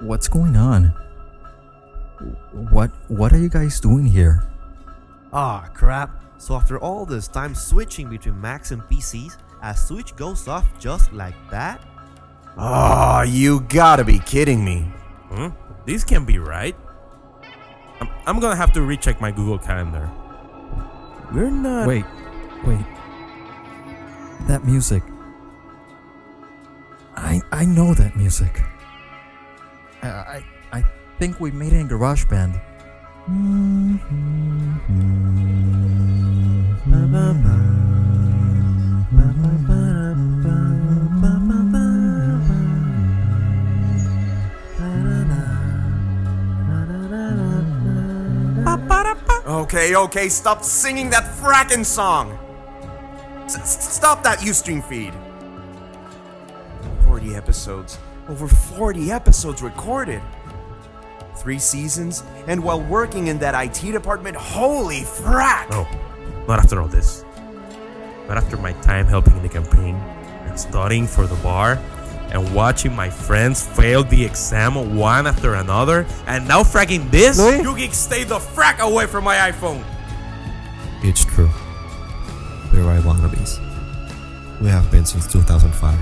what's going on? What what are you guys doing here? Ah, crap. So after all this time switching between Macs and PCs, a switch goes off just like that? Oh, you gotta be kidding me. Hmm? This can't be right. I'm, I'm gonna have to recheck my Google Calendar. We're not. Wait, wait. That music. I I know that music. I I, I think we made it in GarageBand. Okay, okay, stop singing that fracking song! S- s- stop that Ustream feed! 40 episodes. Over 40 episodes recorded! Three seasons, and while working in that IT department, holy frack! No, not after all this. Not after my time helping in the campaign and studying for the bar and watching my friends fail the exam one after another and now fracking this? Louis? You geeks stay the frack away from my iPhone! It's true. We're right wannabes. We have been since 2005.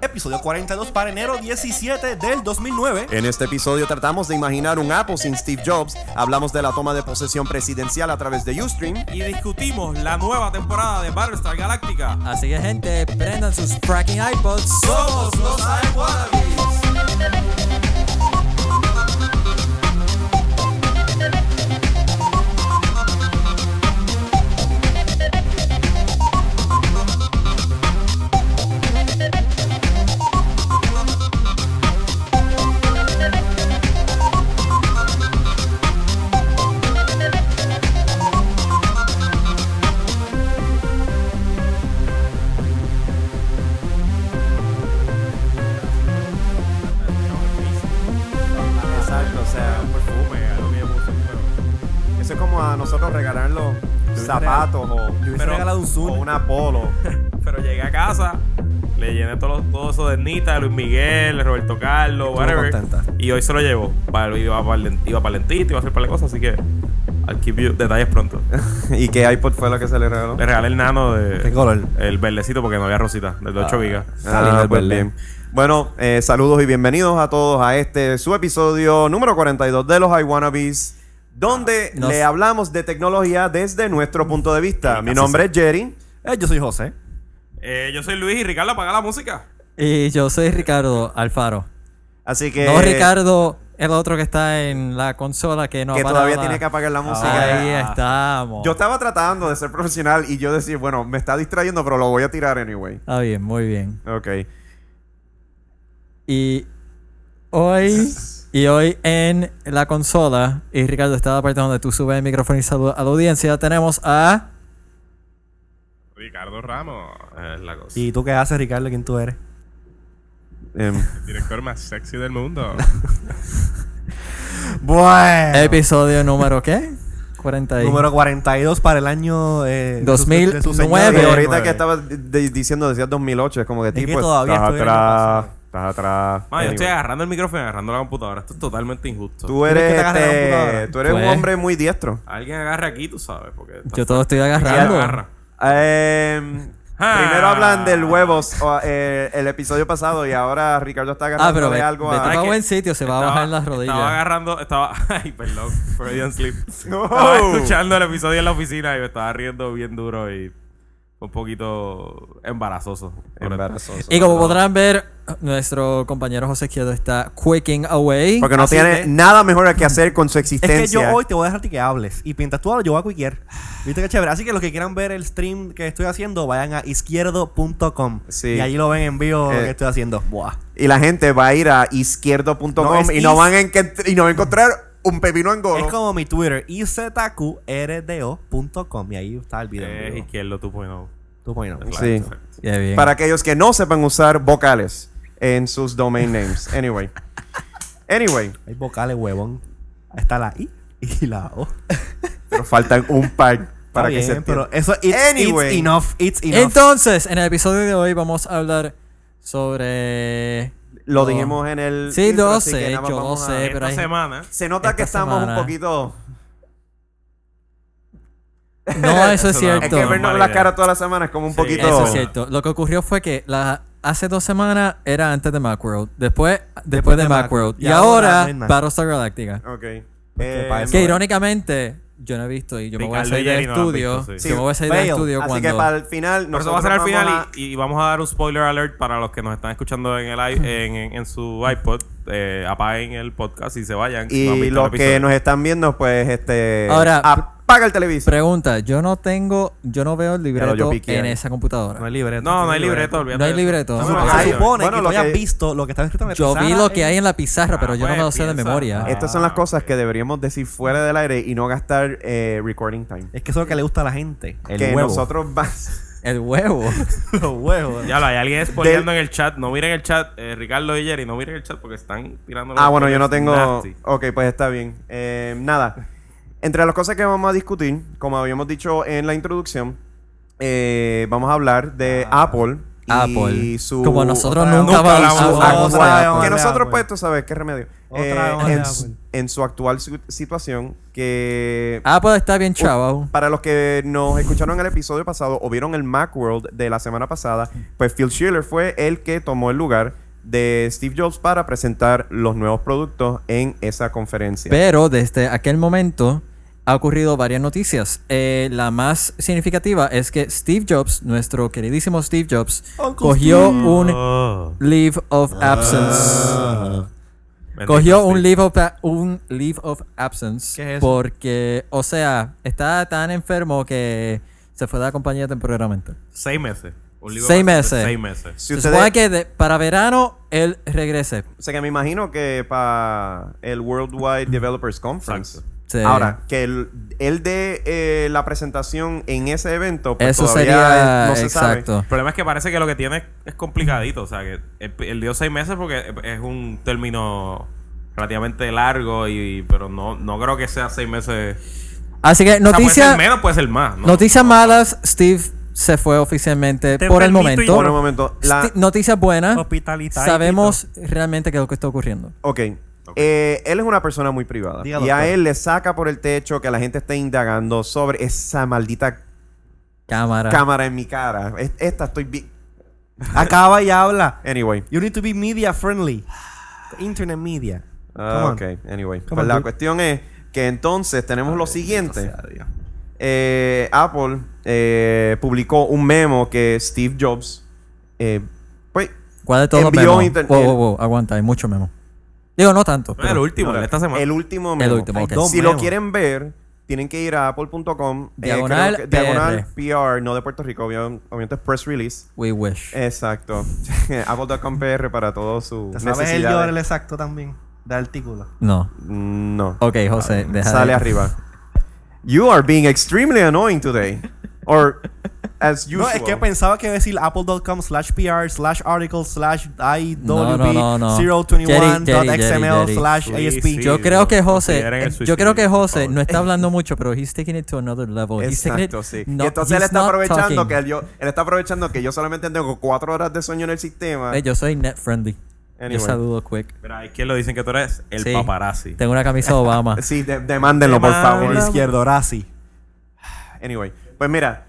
Episodio 42 para enero 17 del 2009. En este episodio tratamos de imaginar un Apple sin Steve Jobs, hablamos de la toma de posesión presidencial a través de Ustream, Y discutimos la nueva temporada de Battlestar Galactica. Así que, gente, prendan sus fracking iPods. Somos los Exacto, o sea, un perfume, algo que yo puse, Eso es como a nosotros regalar los zapatos o, Pero- regalado o una polo. pero, pero llegué a casa, le llené todo, los- todo eso de Nita, Luis Miguel, Roberto Carlos, whatever. contenta. Y hoy se lo llevo. Para, iba para el iba para lentito, iba a hacer para la cosa, así que I'll keep you detalles pronto. ¿Y qué iPod fue lo que se le regaló? Le regalé el nano de. ¿Qué color? El verdecito porque no había rosita, del de 8 gigas. Saliendo Ah, del pues Belén. bien. Bueno, eh, saludos y bienvenidos a todos a este su episodio número 42 de los I Wannabes, donde Nos- le hablamos de tecnología desde nuestro punto de vista. Mi nombre es Jerry. yo soy José. Eh, yo soy Luis y Ricardo, apaga la música. Y yo soy Ricardo Alfaro. Así que. No Ricardo, el otro que está en la consola que no Que ha parado todavía la- tiene que apagar la música. Ahí estamos. Yo estaba tratando de ser profesional y yo decir, bueno, me está distrayendo, pero lo voy a tirar anyway. Está bien, muy bien. Ok. Y hoy, y hoy en la consola, y Ricardo está en la parte donde tú subes el micrófono y saludas a la audiencia, tenemos a... Ricardo Ramos, Eh, Es la cosa. ¿Y tú qué haces, Ricardo? ¿Quién tú eres? Em, el director más sexy del mundo. Bueno. Episodio número ¿qué? 40 y- número 42 para el año eh, de su- de su 2009. y señor. ahorita Nueve. que estaba di- di- diciendo, decías 2008, es como que que tipo, todavía estás estoy en el atrás, pasado. estás atrás. Ma, yo estoy Anyway. agarrando el micrófono y agarrando la computadora. Esto es totalmente injusto. Tú Tienes eres, que agarrar la este, computadora. tú eres un Pues. hombre muy diestro. Alguien agarra aquí, tú sabes. Porque está- Yo todo estoy Alguien agarrando. agarra. Em, Ah. Primero hablan del huevos o, eh, el episodio pasado y ahora Ricardo está Ah, agarrando pero ve, de algo vete a... Ay, pa' que buen sitio, se va a Estaba- bajar las rodillas. Estaba agarrando, estaba. Ay, perdón, Freudian Sleep. No. Estaba escuchando el episodio en la oficina y me estaba riendo bien duro y un poquito embarazoso. Embarazoso. Y como podrán ver, nuestro compañero José Izquierdo está quaking away. Porque no Así tiene que- nada mejor que hacer con su Es existencia. que yo hoy te voy a dejar que hables. Y mientras tú hablas, yo voy a cuiquear. ¿Viste qué chévere? Así que los que quieran ver el stream que estoy haciendo, vayan a izquierdo.com. Sí. Y allí lo ven en vivo Eh. lo que estoy haciendo. Buah. Y la gente va a ir a izquierdo.com No, es y, no is- van a encont- y no va a encontrar un pepino angolo. Es como mi Twitter, izqrdo.com. Y ahí está el video. en Es vivo. izquierdo, tú pues no. Tú ponlo. Claro, Sí. exacto. Ya bien. Para aquellos que no sepan usar vocales en sus domain names. Anyway. Anyway. Hay vocales, huevón. Ahí está la I y la O. Pero faltan un par. para que bien, se entienda. pero eso it's, it's Anyway. enough, it's enough. Entonces, en el episodio de hoy vamos a hablar sobre. Lo Oh. dijimos en el. Sí, intro, lo así que sé, nada más yo lo vamos a- sé. Eh, pero Esta hay- semana Se nota Esta que estamos semana. un poquito. No, eso es Eso da- Es cierto. que vernos mala la idea. cara todas las semanas, como un Sí, poquito. Eso todo. es cierto. Lo que ocurrió fue que la, hace dos semanas era antes de Macworld. Después, después, de, de Macworld. Macworld. Y, Y ahora ahora, no hay Macworld. Battlestar Galactica. Ok. Porque Eh, pa' eso Que irónicamente, yo no he visto y yo me voy a Ricardo salir y del Jerry no lo han estudio. visto, sí. Yo me voy a salir del Fail. estudio Así cuando. que para el final. Pero eso va a ser al nosotros final vamos a- y, y vamos a dar un spoiler alert para los que nos están escuchando en el i- en, en- en su iPod. Eh, apaguen el podcast y se vayan. si no han Y visto los el que episodio. nos están viendo, pues este. Ahora- apaga el televisor. Pregunta, yo no tengo, yo no veo el yo libreto piqué en ahí. esa No computadora. hay libreto. No, no hay libreto, olvídate. No hay de eso. libreto. No, No, no, no, no, Se hay- no. supone Bueno, que lo tú hayas que- visto lo que estaba escrito en la Yo vi pizarra lo que hay en la pizarra, Ah, pero yo no me lo pues, sé de piensa. memoria. Ah. Estas son las cosas que deberíamos decir fuera del aire y no gastar eh, recording time. Es que eso es lo que le gusta a la gente. El que huevo. nosotros vamos. El huevo. Los huevos. Ya lo hay alguien spoileando en el chat. No miren el chat. Eh, Ricardo y Jerry, no miren el chat porque están tirando. Ah, los bueno, yo no spoilers tengo. nasty. Ok, pues está bien. Eh, nada. Entre las cosas que vamos a discutir, como habíamos dicho en la introducción, eh, vamos a hablar de Apple. Y Apple. Su, Como nosotros nunca, nunca hablamos, hablamos- su hablamos de actual- Apple. que nosotros, Apple. pues, tú sabes qué remedio. Otra Eh, ola de en, su- Apple. en su actual su- situación, que Apple Ah, pues está bien chavo. Para los que nos escucharon en el episodio pasado o vieron el Macworld de la semana pasada, pues Phil Schiller fue el que tomó el lugar de Steve Jobs para presentar los nuevos productos en esa conferencia. Pero desde aquel momento ha ocurrido varias noticias. Eh, la más significativa es que Steve Jobs, nuestro queridísimo Steve Jobs, cogió Ah. un Oh, leave of absence. bendito Cogió un Steve. leave of, a- un leave of absence ¿Qué es eso? porque, o sea, estaba tan enfermo que se fue de la compañía temporalmente. Seis meses. Un libro Seis de meses. Seis meses. si Se ustedes, supone que de- para verano él regrese. o sea que me imagino que para el Worldwide Developers Conference. Exacto. Sí. Ahora, que el, el de eh, la presentación en ese evento, pues eso todavía sería no se exacto. El problema es que parece que lo que tiene es- es complicadito. O sea, que él, él dio seis meses porque es un término relativamente largo, y pero no, no creo que sea seis meses. Así que O sea, puede noticias ser menos, puede ser más. ¿no? noticias malas, Steve se fue oficialmente Te por el permito momento. sabe. Por un momento, la- Sti- noticias buenas. Hospitalizar. Sabemos realmente qué es lo que está ocurriendo. Ok. Eh, él es una persona muy privada. Diga, y a doctor. él le saca por el techo que la gente esté indagando sobre esa maldita Cámara. cámara en mi cara. Es- Esta estoy bien. Acaba y habla. Anyway. You need to be media friendly. Internet media. Ah, Come on. ok, anyway. Come Pues on, la dude. cuestión es que entonces tenemos lo siguiente. Sea Dios. Eh, Apple eh, publicó un memo que Steve Jobs eh, pues, ¿Cuál de todos los Envió memos? inter- Wow, wow, wow, Aguanta, hay mucho memo. Digo, no tanto. No, el pero- último, el de esta semana. el último el memo. último, ok. dos. Si lo memo. quieren ver, tienen que ir a apple.com. eh, Diagonal creo que- diagonal PR, no de Puerto Rico, obvio- obviamente es press release. We wish. Exacto. Apple.com PR para todo su ¿Te sabes el necesidades. el exacto también? Del artículo. No. No. Ok, José, deja. Sale de- arriba. You are being extremely annoying today. Or as usual. No, es que pensaba que iba a decir apple.com slash pr slash article slash No, no, no, no. Jerry, Jerry, Jerry, Jerry. iwb021.xml slash Sí, asp. sí. Yo creo que José, Consideren el eh, suicidio, yo creo que por José favor. no está hablando mucho, pero he's taking it to another level. He's taking Exacto, it- sí. Y no, entonces él he's está not aprovechando talking. que yo, él está aprovechando que yo solamente tengo cuatro horas de sueño en el sistema. Eh, yo soy net friendly. Anyway. Yo saludo quick. Mira, es que lo dicen que tú eres el Sí. paparazzi. Tengo una camisa de Obama. Sí, de- demándenlo, por favor. Por izquierdo, Razi. Anyway, pues mira,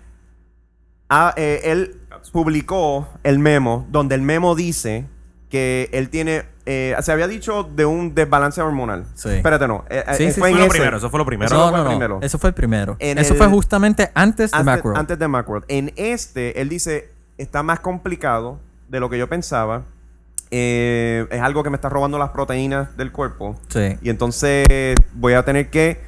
ah, eh, él publicó el memo donde el memo dice que él tiene, eh, se había dicho de un desbalance hormonal. Sí. Espérate, no. eh, eh, Sí, sí, fue sí. en Eso fue lo ese. primero, eso fue lo primero. Eso no, fue no, no. primero. Eso fue el primero. En eso el- fue justamente antes de antes, Macworld. antes de Macworld. En este, él dice, está más complicado de lo que yo pensaba. Eh, es algo que me está robando las proteínas del cuerpo. Sí. Y entonces voy a tener que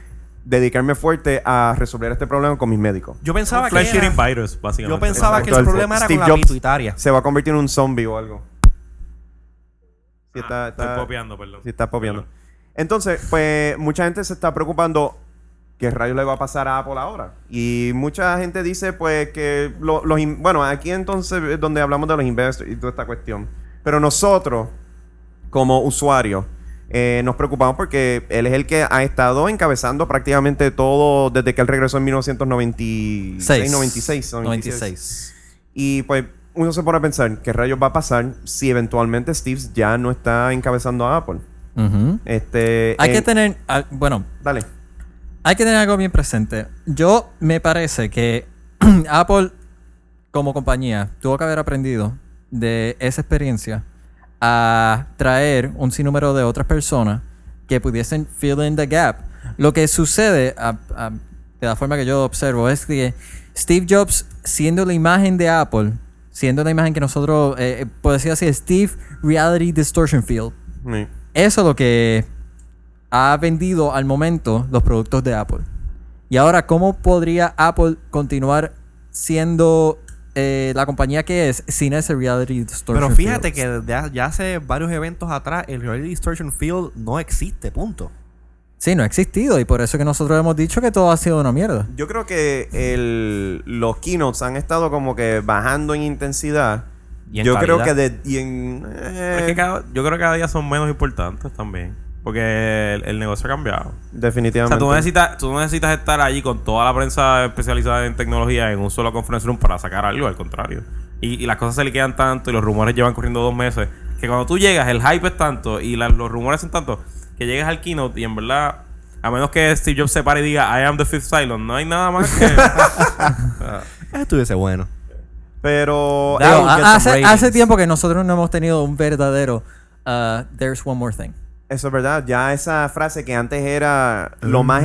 dedicarme fuerte a resolver este problema con mis médicos. Yo pensaba que Flash era- eating virus, básicamente. yo pensaba que el Entonces, problema era Steve con la Jobs- pituitaria. Se va a convertir en un zombie o algo. Si está, Ah, está- Estoy copiando, perdón. si está popeando. Entonces, pues mucha gente se está preocupando qué rayos le va a pasar a Apple ahora. Y mucha gente dice, pues, que lo- los... in- Bueno, aquí entonces es donde hablamos de los investors y toda esta cuestión. Pero nosotros, como usuarios, eh, nos preocupamos porque él es el que ha estado encabezando prácticamente todo desde que él regresó en 1996. 96, 96. 96. Y pues uno se pone a pensar qué rayos va a pasar si eventualmente Steve ya no está encabezando a Apple. Ujú. Este, Hay eh, que tener. ah, Bueno, Dale. hay que tener algo bien presente. Yo me parece que Apple, como compañía, tuvo que haber aprendido de esa experiencia a traer un sinnúmero de otras personas que pudiesen fill in the gap. Lo que sucede, a- a- de la forma que yo observo, es que Steve Jobs, siendo la imagen de Apple, siendo la imagen que nosotros, eh, eh, por decir así, Steve Reality Distortion Field, Sí. eso es lo que ha vendido al momento los productos de Apple. Y ahora, ¿cómo podría Apple continuar siendo eh, la compañía que es sin ese reality distortion? Pero fíjate field? que desde ya hace varios eventos atrás el Reality Distortion Field no existe, punto. Sí, no ha existido y por eso que nosotros hemos dicho que todo ha sido una mierda. Yo creo que el- los keynotes han estado como que bajando en intensidad. Y en yo creo que calidad. de, y en, eh, Pero es que cada- yo creo que cada día son menos importantes también. Porque el, el negocio ha cambiado. O sea, definitivamente. tú no, necesitas, tú no necesitas estar allí con toda la prensa especializada en tecnología en un solo conference room para sacar algo, al contrario. Y, y las cosas se le quedan tanto y los rumores llevan corriendo dos meses. Que cuando tú llegas, el hype es tanto y la- los rumores son tantos que llegas al keynote y en verdad, a menos que Steve Jobs se pare y diga, I am the fifth silent, no hay nada más que. Estuviese Eh, bueno. Pero Digo, will get ha- some hace, ratings. hace tiempo que nosotros no hemos tenido un verdadero uh, There's One More Thing. eso es verdad. Ya esa frase que antes era lo más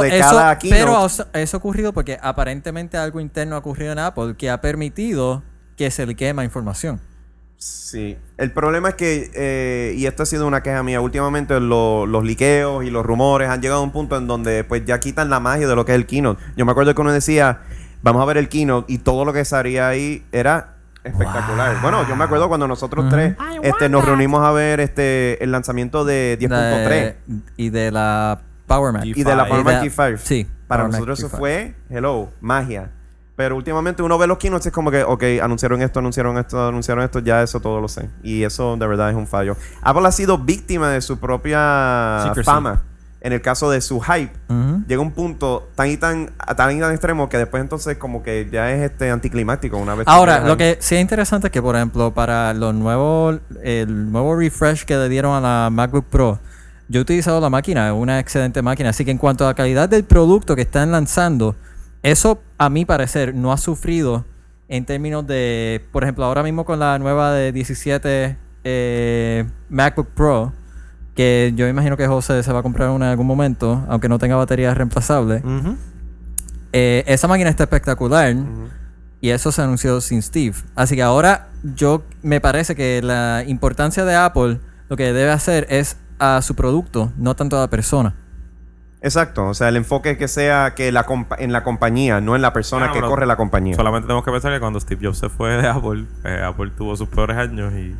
Pero, de eso, cada keynote. pero os- eso ha ocurrido porque aparentemente algo interno ha ocurrido en Apple que ha permitido que se le quema información. Sí. El problema es que, eh, y esto ha sido una queja mía, últimamente lo- los liqueos y los rumores han llegado a un punto en donde pues ya quitan la magia de lo que es el keynote. Yo me acuerdo que uno decía, vamos a ver el keynote y todo lo que salía ahí era espectacular. Bueno, yo me acuerdo cuando nosotros tres este, nos reunimos a ver este el lanzamiento de 10.3 de- y de la Power Mac. y de la Power Mac Y de- G5. sí, Para Power Mac nosotros eso G5. fue, hello, magia. Pero últimamente uno ve los keynotes y es como que, ok, anunciaron esto, anunciaron esto, anunciaron esto, ya eso todo lo sé. Y eso de verdad es un fallo. Apple ha sido víctima de su propia Secrecy. fama. En el caso de su hype, Ujú. llega un punto tan y tan, a tan y tan extremo que después entonces como que ya es este anticlimático una vez. Ahora, llegas lo ahí. que sí es interesante es que, por ejemplo, para los nuevos, el nuevo refresh que le dieron a la MacBook Pro, yo he utilizado la máquina, es una excelente máquina. Así que en cuanto a la calidad del producto que están lanzando, eso, a mi parecer, no ha sufrido en términos de, por ejemplo, ahora mismo con la nueva de 17 eh, MacBook Pro, que yo imagino que José se va a comprar una en algún momento, aunque no tenga batería reemplazable. Eh, esa máquina está espectacular. Y eso se anunció sin Steve. Así que ahora yo me parece que la importancia de Apple lo que debe hacer es a su producto, no tanto a la persona. Exacto, o sea, el enfoque es que sea que la compa- en la compañía, no en la persona Ah, que pero- corre la compañía. Solamente tenemos que pensar que cuando Steve Jobs se fue de Apple, eh, Apple tuvo sus peores años y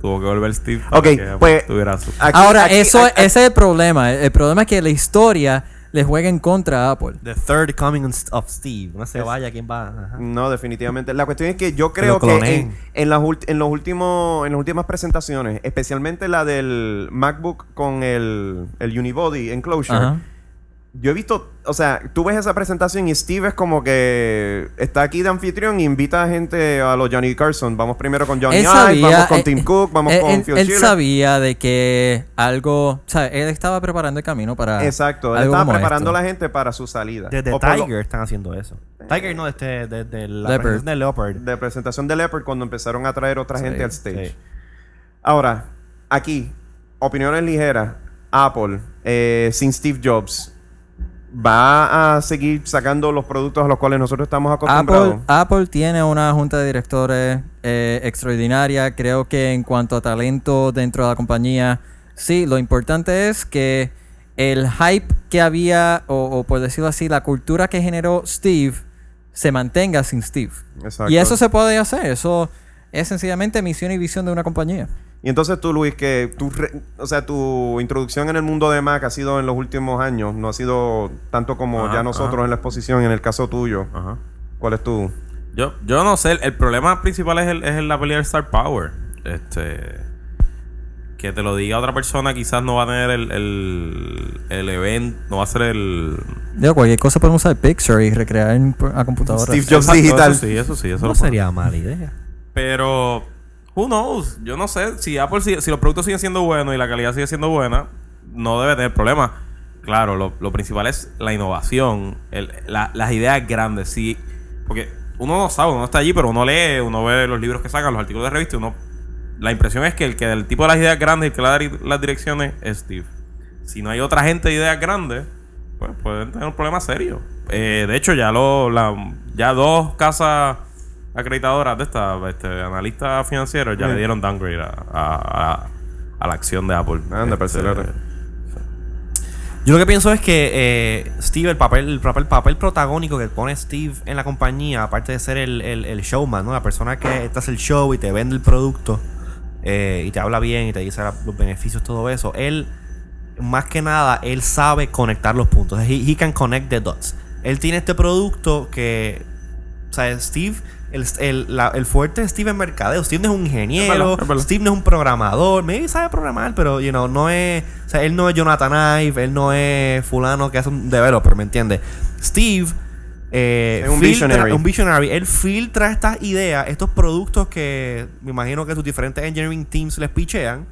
tuvo que volver Steve. para Ok, que Apple pues- tuviera su- Aquí- ahora, aquí- eso, aquí- ese es el problema. El, el problema es que la historia le juega en contra a Apple. The Third Coming of Steve. No se vaya, ¿quién va? Ajá. No, definitivamente. La cuestión es que yo Que lo creo que en, cloneen. en las ult- en los últimos, en las últimas presentaciones, especialmente la del MacBook con el, el Unibody Enclosure, Ajá. yo he visto, o sea, tú ves esa presentación y Steve es como que está aquí de anfitrión y invita a gente a los Johnny Carson. Vamos primero con Johnny Él Ive, sabía, vamos con eh, Tim Cook, vamos él, con él- Phil él Schiller. sabía de que algo, o sea, él estaba preparando el camino para Exacto, él algo estaba como preparando esto. a la gente para su salida. Desde O por lo- Tiger están haciendo eso. Tiger no, desde de, de la Leopard. presentación de Leopard. de presentación de Leopard cuando empezaron a traer otra Sí, gente al stage. sí. Ahora, aquí, opiniones ligeras. Apple, eh, sin Steve Jobs, ¿va a seguir sacando los productos a los cuales nosotros estamos acostumbrados? Apple, Apple tiene una junta de directores eh, extraordinaria. Creo que en cuanto a talento dentro de la compañía, sí, lo importante es que el hype que había, o, o por decirlo así, la cultura que generó Steve, se mantenga sin Steve. Exacto. ah, Y eso se puede hacer. Eso es sencillamente misión y visión de una compañía. Y entonces tú, Luis, que tú, re- o sea, tu introducción en el mundo de Mac ha sido en los últimos años, no ha sido tanto como Ajá, ya nosotros ajá. en la exposición, en el caso tuyo. Ajá. ¿Cuál es tu...? Yo, yo no sé, el, el problema principal es, el, es la pelea de Star Power. Este. que te lo diga otra persona quizás no va a tener el, el, el evento, no va a ser el... Digo, cualquier cosa podemos usar Pixar y recrear en- a computadora. Steve Jobs Exacto, digital. Eso sí, eso sí, eso No lo- sería mala idea. Pero, who knows? Yo no sé. Si Apple sigue- si los productos siguen siendo buenos y la calidad sigue siendo buena, no debe tener problemas. Claro, lo, lo principal es la innovación, el- la- las ideas grandes. Sí, porque uno no sabe, uno está allí, pero uno lee, uno ve los libros que sacan, los artículos de revista, y uno. La impresión es que el que el tipo de las ideas grandes, el que le da di- las direcciones es Steve. Si no hay otra gente de ideas grandes, pues pueden tener un problema serio. Eh, de hecho, ya lo, la- ya dos casas acreditadoras de estas, este, analistas financieros, ya Sí. le dieron downgrade a, a- a- a la acción de Apple. Ah, Este, Anda, para acelerar. Yo lo que pienso es que eh, Steve, el papel, el papel, papel protagónico que pone Steve en la compañía, aparte de ser el, el- el showman, ¿no? La persona que te hace el show y te vende el producto eh, y te habla bien y te dice la- los beneficios, todo eso. Él, más que nada, él sabe conectar los puntos. He, he can connect the dots. Él tiene este producto que. O sea, Steve. El, el- la- el fuerte de Steve es mercadeo. Steve no es un ingeniero. Es verdad, es verdad. Steve no es un programador. Maybe sabe programar, pero, you know, no es. O sea, él no es Jonathan Ive. Él no es Fulano que hace un developer, ¿me entiendes? Steve. eh, Es un filtra- visionary. un visionary. Él filtra estas ideas, estos productos que me imagino que sus diferentes engineering teams les pichean.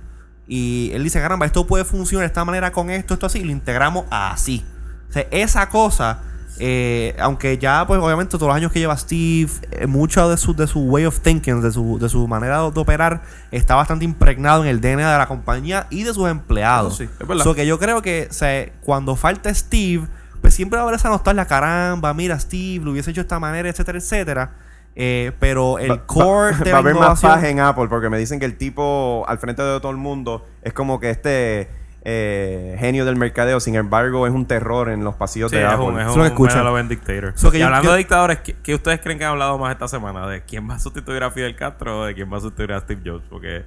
Y él dice, caramba, esto puede funcionar de esta manera con esto, esto así. Y lo integramos así. O sea, esa cosa, eh, aunque ya, pues obviamente todos los años que lleva Steve, eh, mucho de su, de su way of thinking, de su, de su manera de, de operar, está bastante impregnado en el DNA de la compañía y de sus empleados. Eso sí, es verdad. So que yo creo que o sea, cuando falta Steve, pues siempre va a haber esa nostalgia, caramba, mira, Steve lo hubiese hecho de esta manera, etcétera, etcétera. Eh, pero el Va- va- core de va a la haber más innovación- paz en Apple porque me dicen que el tipo al frente de todo el mundo es como que este eh, genio del mercadeo, sin embargo es un terror en los pasillos Sí, de es Apple. un, es Eso un lo escuchan. Beneloven dictator. So que Y yo- hablando yo- de dictadores, ¿qué, qué ustedes creen que han hablado más esta semana? ¿De quién va a sustituir a Fidel Castro o de quién va a sustituir a Steve Jobs? Porque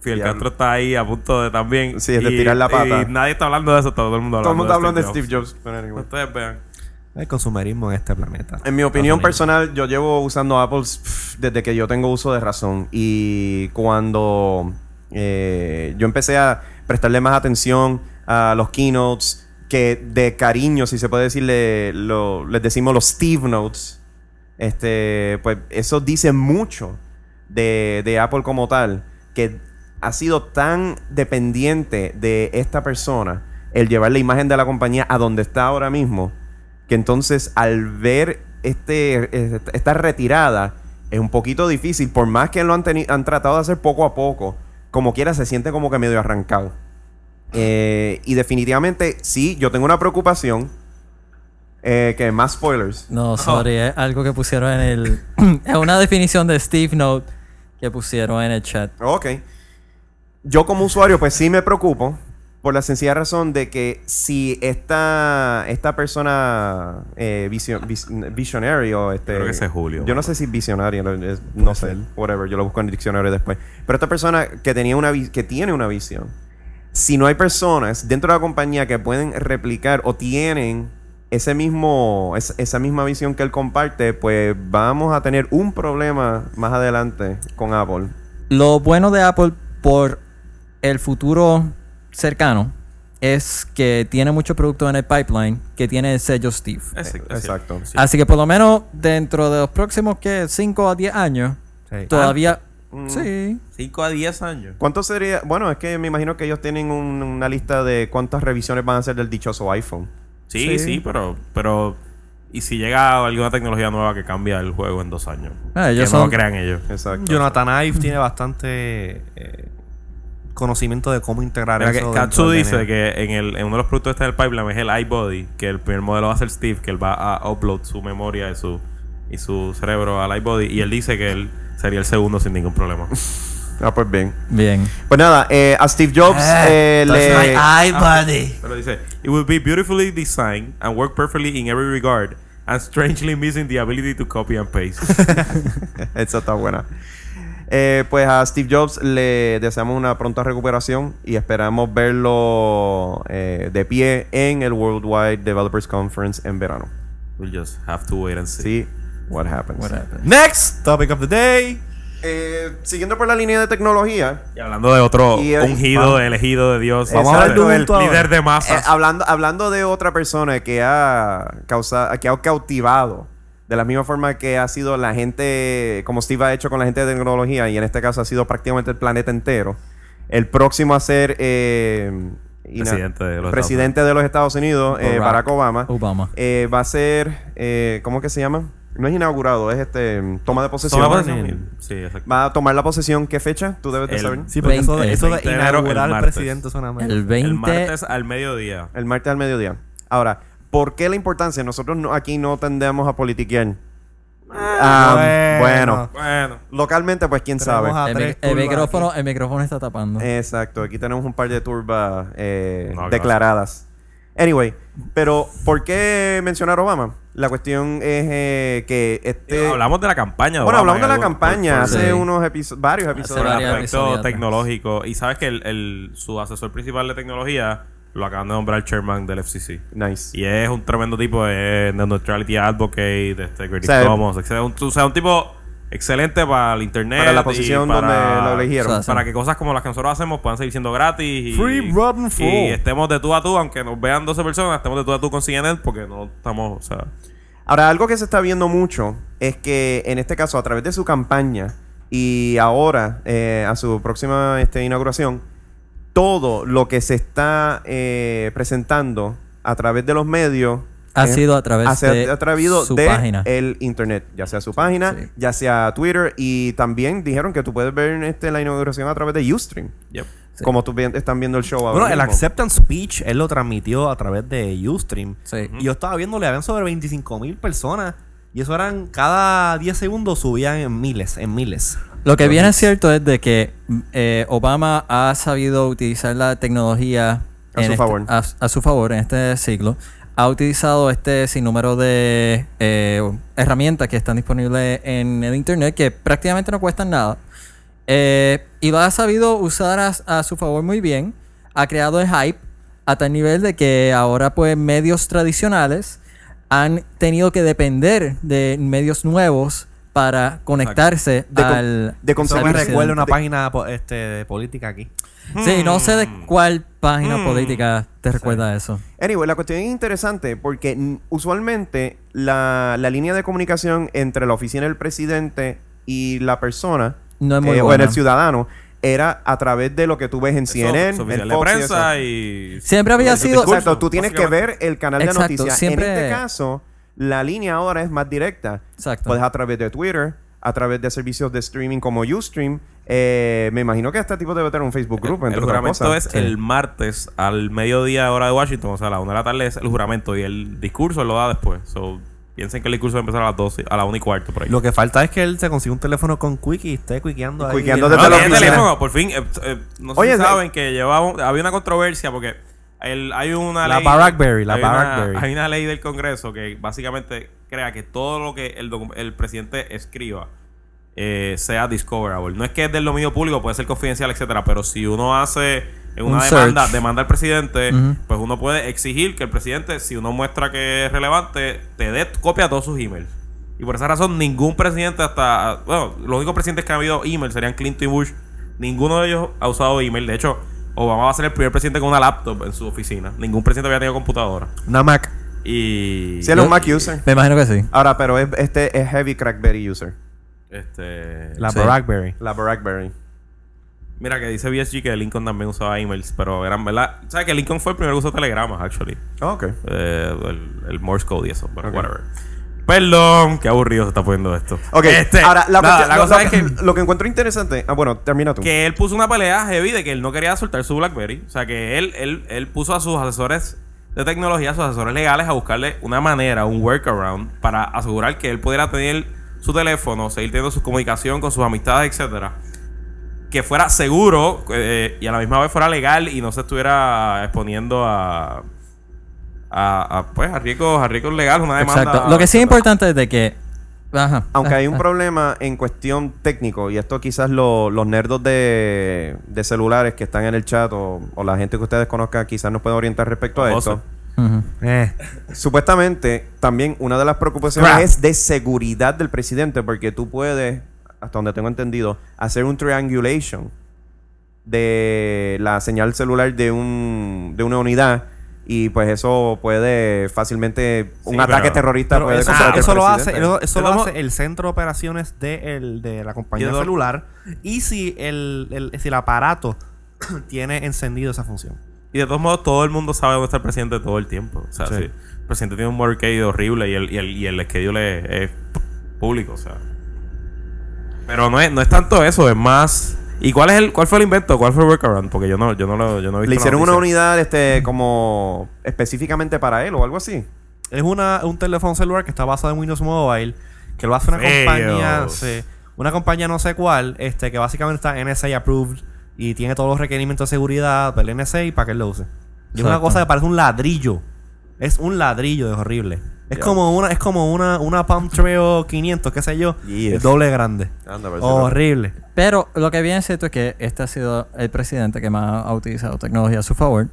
Fidel Diablo. Castro está ahí a punto de también. Sí, es de y- tirar la pata. Y nadie está hablando de eso, todo el mundo todo hablando el mundo hablando de Steve Jobs. Jobs. pero anyway. Ustedes vean. El consumerismo en este planeta. En mi opinión Estados personal, yo llevo usando Apple pff, desde que yo tengo uso de razón. Y cuando eh, yo empecé a prestarle más atención a los keynotes, que de cariño, si se puede decirle, lo- les decimos los Steve Notes, este, pues eso dice mucho de, de Apple como tal, que ha sido tan dependiente de esta persona, el llevar la imagen de la compañía a donde está ahora mismo, que entonces al ver este, est- esta retirada es un poquito difícil, por más que lo han, teni- han tratado de hacer poco a poco, como quiera se siente como que medio arrancado. Eh, y definitivamente, sí, yo tengo una preocupación, eh, que más spoilers. No, sorry, es algo que pusieron en el. es una definición de Steve Note que pusieron en el chat. Ok. Yo como usuario, pues sí me preocupo por la sencilla razón de que si esta, esta persona eh, visio- vis- visionary o este... Creo que ese es Julio. Yo no sé si visionario, lo- es- no sé, whatever, yo lo busco en el diccionario después. Pero esta persona que, tenía una, vi- que tiene una visión, si no hay personas dentro de la compañía que pueden replicar o tienen ese mismo, es- esa misma visión que él comparte, pues vamos a tener un problema más adelante con Apple. Lo bueno de Apple por el futuro cercano es que tiene muchos productos en el pipeline que tiene el sello Steve. Exacto. Eh, Exacto. Ah, Sí. Así que por lo menos dentro de los próximos que 5 a 10 años, Sí. todavía. Ah. Mm. Sí. 5 a 10 años. ¿Cuánto sería? Bueno, es que me imagino que ellos tienen un- una lista de cuántas revisiones van a hacer del dichoso iPhone. Sí, sí, pero, pero. ¿Y si llega alguna tecnología nueva que cambia el juego en dos años? Ah, ellos que no son- lo crean ellos. Exacto. Ah, Jonathan Ive tiene bastante eh, conocimiento de cómo integrar Mira eso. que dentro Katsu del dice DNA. que en, el, en uno de los productos que está en el pipeline es el iBody, que el primer modelo va a ser Steve, que él va a upload su memoria y su, y su cerebro al iBody. Y él dice que él sería el segundo sin ningún problema. Ah, pues bien. Bien. Pues nada, eh, a Steve Jobs Ah, eh, le. Ah, Pero dice: It will be beautifully designed and work perfectly in every regard, and strangely missing the ability to copy and paste. Esa está buena. Eh, pues a Steve Jobs le deseamos una pronta recuperación y esperamos verlo eh, de pie en el Worldwide Developers Conference en verano. we'll just have to wait and see. Sí, what happens. What happened? Next topic of the day. Eh, siguiendo por la línea de tecnología, Y hablando de otro Y, eh, ungido, vamos. elegido de Dios. Vamos a hablar de un el punto líder ahora. de masas. eh, hablando, hablando de otra persona que ha, causa, que ha cautivado de la misma forma que ha sido la gente, como Steve ha hecho con la gente de tecnología, y en este caso ha sido prácticamente el planeta entero, el próximo a ser eh, ina- Presidente de los presidente de los Estados Unidos, eh, Barack Barack Obama, Obama. eh, va a ser, eh, ¿cómo que se llama? No es inaugurado, es este mm, toma de posesión. Solo para- Sí, exacto. Va a tomar la posesión, ¿qué fecha? Tú debes de El- saber. Sí, porque eso de, 20, eso de 20 de enero, el inaugurar al martes. presidente suena mal. El El 20. martes al mediodía. El martes al mediodía. Ahora, ¿por qué la importancia? Nosotros no- aquí no tendemos a politiquear. Ah, bueno. Bueno. Localmente, pues quién Tenemos sabe. a El, tres mi- el turbas micrófono, el micrófono está tapando. Eh, Exacto, aquí tenemos un par de turbas eh, No, declaradas. Anyway, pero ¿por qué mencionar Obama? La cuestión es eh, que este... hablamos de la campaña. de bueno, Obama hablamos en de la algún- campaña por- por- hace Sí. unos episodios, varios Sobre episodios. varios. el episodios aspecto atrás. tecnológico. Y sabes que el, el- su asesor principal de tecnología lo acaban de nombrar chairman del FCC. Nice. Y es un tremendo tipo de neutrality advocate, de este, Greatest O sea, Commons, etc. Un- o sea, un tipo excelente para el internet. Para la y posición para- donde lo eligieron. O sea, Para que cosas como las que nosotros hacemos puedan seguir siendo gratis. Y, Free Robin for Y all. estemos de tú a tú, aunque nos vean 12 personas, estemos de tú a tú con CNN porque no estamos, o sea... Ahora, algo que se está viendo mucho es que en este caso, a través de su campaña y ahora eh, a su próxima este, inauguración, todo lo que se está eh, presentando a través de los medios Ha eh, sido a través ha sido de atrevido su de eh, página. el internet, ya sea su página, Sí. ya sea Twitter y también dijeron que tú puedes ver este, la inauguración a través de Ustream, Yep. Sí. como tú bien- están viendo el show ahora. Bueno, el mismo. acceptance speech él lo transmitió a través de Ustream. Sí. Y yo estaba viendo, le habían sobre 25 mil personas. Y eso eran, cada 10 segundos subían en miles, en miles. Lo que bien es cierto es de que eh, Obama ha sabido utilizar la tecnología A en su este- favor. a, a su favor en este siglo. Ha utilizado este sinnúmero de eh, herramientas que están disponibles en el internet que prácticamente no cuestan nada. Eh, y lo ha sabido usar a, a su favor muy bien. Ha creado el hype a tal nivel de que ahora pues medios tradicionales han tenido que depender de medios nuevos para conectarse De con- al... de con- al Eso me presidente. recuerda una página po- este, de política aquí. Sí, no sé de cuál página política te recuerda eso. Anyway, la cuestión es interesante porque mm, usualmente la, la línea de comunicación entre la oficina del presidente y la persona No es muy eh, o en buena. el ciudadano era a través de lo que tú ves en CNN, Eso, su en oficial de Fox y prensa eso. y... Siempre había su sido- discurso, Exacto, tú tienes que ver el canal de Exacto, noticias. siempre- En este caso, la línea ahora es más directa. Exacto. Puedes a través de Twitter, a través de servicios de streaming como Ustream. Eh, me imagino que este tipo debe tener un Facebook Group, El entre otras juramento cosas. es el martes al mediodía hora de Washington, o sea, a la 1 de la tarde es el juramento y el discurso lo da después. So, piensen que el discurso va a empezar a las 12, a la 1 y cuarto por ahí. Lo que falta es que él se consiga un teléfono con Quickie y esté quiqueando ahí. Ah, Quiqueando No, desde la tiene oficina. teléfono, por fin. eh, eh, no sé Oye, si la- saben que llevaba, un- había una controversia porque el- hay una La ley. Barackberry, la hay una- Barackberry. hay una ley del Congreso que básicamente crea que todo lo que el, docu- el presidente escriba eh, sea discoverable. No es que es del dominio público, puede ser confidencial, etcétera, pero si uno hace en una Un demanda, search. demanda al presidente, Ujú. pues uno puede exigir que el presidente, si uno muestra que es relevante, te dé copia de todos sus emails. Y por esa razón, ningún presidente hasta... Bueno, los únicos presidentes que han habido email serían Clinton y Bush. Ninguno de ellos ha usado email. De hecho, Obama va a ser el primer presidente con una laptop en su oficina. Ningún presidente había tenido computadora. Una Mac. Y... Si él es un Mac user. Me imagino que sí. Ahora, pero es- este es Heavy Crackberry user. Este... La Sí. Blackberry. La Blackberry. Mira que dice BSG que Lincoln también usaba emails, pero eran, ¿verdad? ¿Sabes que Lincoln fue el primero que usó telegramas, actually? Ok. Eh, el, el Morse code y eso, pero Ok. whatever. Perdón, qué aburrido se está poniendo esto. Ok, Este, ahora la, nada, cuestión- la lo- cosa lo- es que, lo que encuentro interesante. Ah, bueno, termina tú. que él puso una pelea heavy de que él no quería soltar su BlackBerry. O sea, que él, él, él puso a sus asesores de tecnología, a sus asesores legales, a buscarle una manera, un workaround, para asegurar que él pudiera tener su teléfono, seguir teniendo su comunicación con sus amistades, etcétera. que fuera seguro eh, y a la misma vez fuera legal y no se estuviera exponiendo a a, a, pues a riesgos a riesgos legales una demanda Exacto. Lo que sí es etcétera. importante es de que... Ajá. Aunque Ah, hay un ah. problema en cuestión técnico, y esto quizás lo- los nerdos de, de celulares que están en el chat o, o la gente que ustedes conozcan quizás nos puede orientar respecto a Ojo. esto. Ujú. Eh. Supuestamente, también una de las preocupaciones Crap. es de seguridad del presidente, porque tú puedes hasta donde tengo entendido, hacer un triangulation de la señal celular de, un, de una unidad. Y pues eso puede fácilmente. un Sí, ataque pero- terrorista Pero puede eso, ah, cometerte eso el lo hace, presidente. eso, eso Yo lo tomo- hace el centro de operaciones de, el- de la compañía Yo to- celular y si el, el- si el aparato tiene encendido esa función. Y de todos modos, todo el mundo sabe dónde está el presidente todo el tiempo. O sea, Sí. si el presidente tiene un workade horrible y el, y el, y el schedule es, es público, o sea. Pero no es, no es tanto eso, es más. ¿Y cuál es el cuál fue el invento? ¿Cuál fue el workaround? Porque yo no, yo no lo yo no he visto Le la hicieron una noticia. unidad este como específicamente para él o algo así. Es una, un teléfono celular que está basado en Windows Mobile, que lo hace una Feos. compañía, sí, una compañía no sé cuál, este, que básicamente está NSA approved y tiene todos los requerimientos de seguridad del NSA para que él lo use. Y es una Exacto. cosa que parece un ladrillo. Es un ladrillo de horrible. Es Ya. como una, es como una, una Palm Trail 500, qué sé yo, Yes. el doble grande. Ah, Anda, parece Oh, Horrible. Pero lo que viene cierto es que este ha sido el presidente que más ha utilizado tecnología a su favor.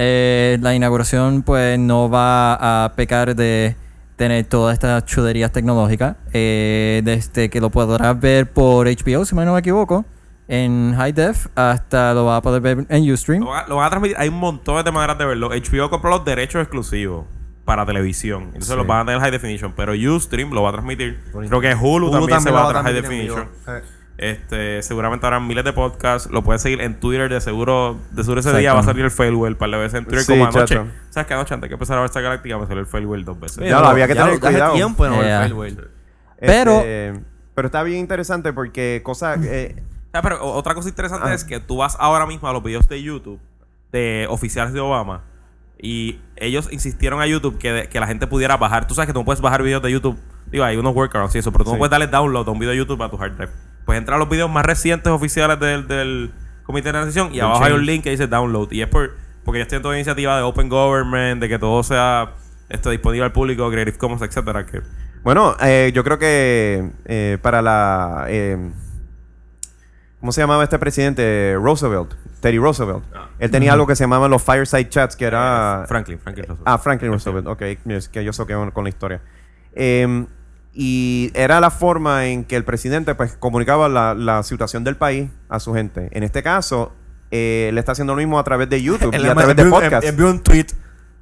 Eh, la inauguración pues no va a pecar de tener todas estas chuderías tecnológicas. Eh, desde que lo podrás ver por HBO, si mal no me equivoco, en High Def, hasta lo vas a poder ver en Ustream. Lo van, a- lo van a transmitir. Hay un montón de maneras de verlo. HBO compró los derechos exclusivos para televisión. Entonces los van a tener high definition. Pero Ustream lo va a transmitir. Creo que Hulu, Hulu también, se también va lo a va tener a high transmitir en definition. vivo. Este, seguramente habrán miles de podcasts. Lo puedes seguir en Twitter. De seguro, de seguro ese día va a salir el failware para la vez en Twitter Sí, como anoche. chacho. ¿Sabes que anoche antes que empezar a ver esta galáctica me salió el failware dos veces? Ya lo había que tener hace cuidado. tiempo de no ver Yeah. Fairwell. Pero- Este, pero está bien interesante porque cosas. eh, Ah, pero o- otra cosa interesante Ah. es que tú vas ahora mismo a los videos de YouTube de oficiales de Obama y ellos insistieron a YouTube que, de- que la gente pudiera bajar. Tú sabes que tú no puedes bajar videos de YouTube. Digo, hay unos workarounds y eso, pero tú no Sí. puedes darle download a un video de YouTube a tu hard drive. Pues entra a los videos más recientes oficiales del, del Comité de Transición y abajo hay un link que dice download. Y es por, porque ellos tienen toda la iniciativa de Open Government, de que todo sea este, disponible al público, Creative Commons, etcétera. Que, bueno, eh, yo creo que eh, para la. eh, ¿Cómo se llamaba este presidente? Roosevelt. Teddy Roosevelt. Él tenía algo que se llamaban los fireside chats, que era. Ah. Franklin, Franklin. Roosevelt. Ah, Franklin Roosevelt. Ok, mira, es que yo soqué con la historia. Eh, y era la forma en que el presidente pues comunicaba la, la situación del país a su gente. En este caso, eh, él está haciendo lo mismo a través de YouTube Él y a además través de envió un- podcast. envió un tweet.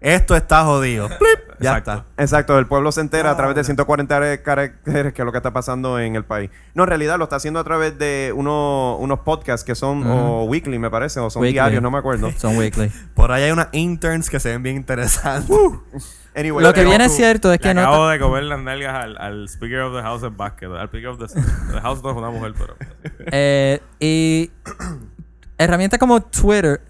Esto está jodido. Plip, ya Exacto. está. Exacto, el pueblo se entera Ah, a través de 140 are- caracteres que es lo que está pasando en el país. No, en realidad lo está haciendo a través de uno- unos podcasts que son o weekly, me parece, o son Weekly. diarios, no me acuerdo. Son weekly. Por ahí hay unas interns que se ven bien interesantes. Uh, Anyway, Lo que pero- viene es cierto es Le que no... acabo de comer las nalgas al, al Speaker of the House en básquet. Al Speaker of the, the House no es una mujer, pero... Eh, y herramientas como Twitter.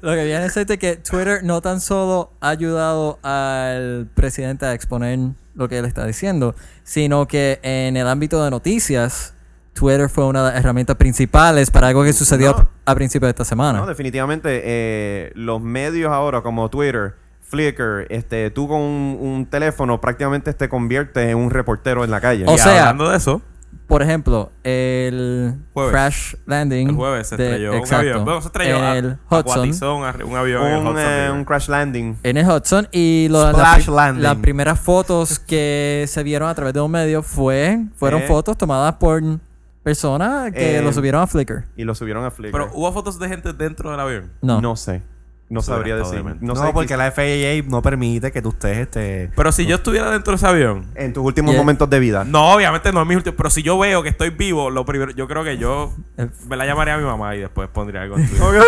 Lo que viene es este que Twitter no tan solo ha ayudado al presidente a exponer lo que él está diciendo, sino que en el ámbito de noticias, Twitter fue una de las herramientas principales para algo que sucedió No. a principios de esta semana. No, definitivamente eh, los medios ahora como Twitter, Flickr, este, tú con un, un teléfono prácticamente te conviertes en un reportero en la calle. O Y sea- hablando de eso, Por ejemplo, el Jueves. crash landing. el jueves se de- estrelló un exacto, avión. Bueno, se estrelló ah, a- el a Hudson. Guatizón, a- un avión en el un, Hudson eh, River. un crash landing. En el Hudson y lo- la Splash pri- landing. las primeras fotos que se vieron a través de un medio fue, fueron Eh. fotos tomadas por personas que Eh. lo subieron a Flickr. Y lo subieron a Flickr. Pero hubo fotos de gente dentro del avión. No. no sé. No Eso sabría era todo, decir. obviamente. No, No, sé porque la FAA no permite que tú estés este. Pero si yo estuviera dentro de ese avión... En tus últimos Yeah. momentos de vida. No, obviamente no es mi último. Pero si yo veo que estoy vivo, lo primero, yo creo que yo El- me la llamaría a mi mamá y después pondría algo en Twitter.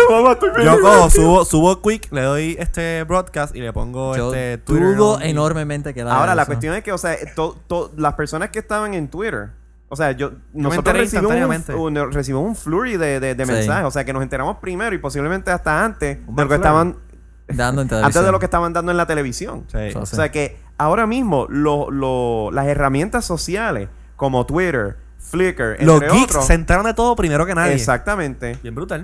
Yo cojo, subo, subo quick, le doy este broadcast y le pongo Yo este Twitter. dudo on- enormemente que Ahora, la eso. cuestión es que, o sea, to- to- las personas que estaban en Twitter, o sea, yo, nosotros enteré recibimos un, instantáneamente. un- recibimos un flurry de, de- de Sí. mensajes, o sea, que nos enteramos primero y posiblemente hasta antes Un de lo que backflurry. estaban, Dando en antes de televisión. lo que estaban dando en la televisión. Sí. Eso O sí. sea, que ahora mismo lo- lo- las herramientas sociales como Twitter, Flickr, Los entre geeks otros, se enteraron de todo primero que nadie. exactamente. Bien brutal.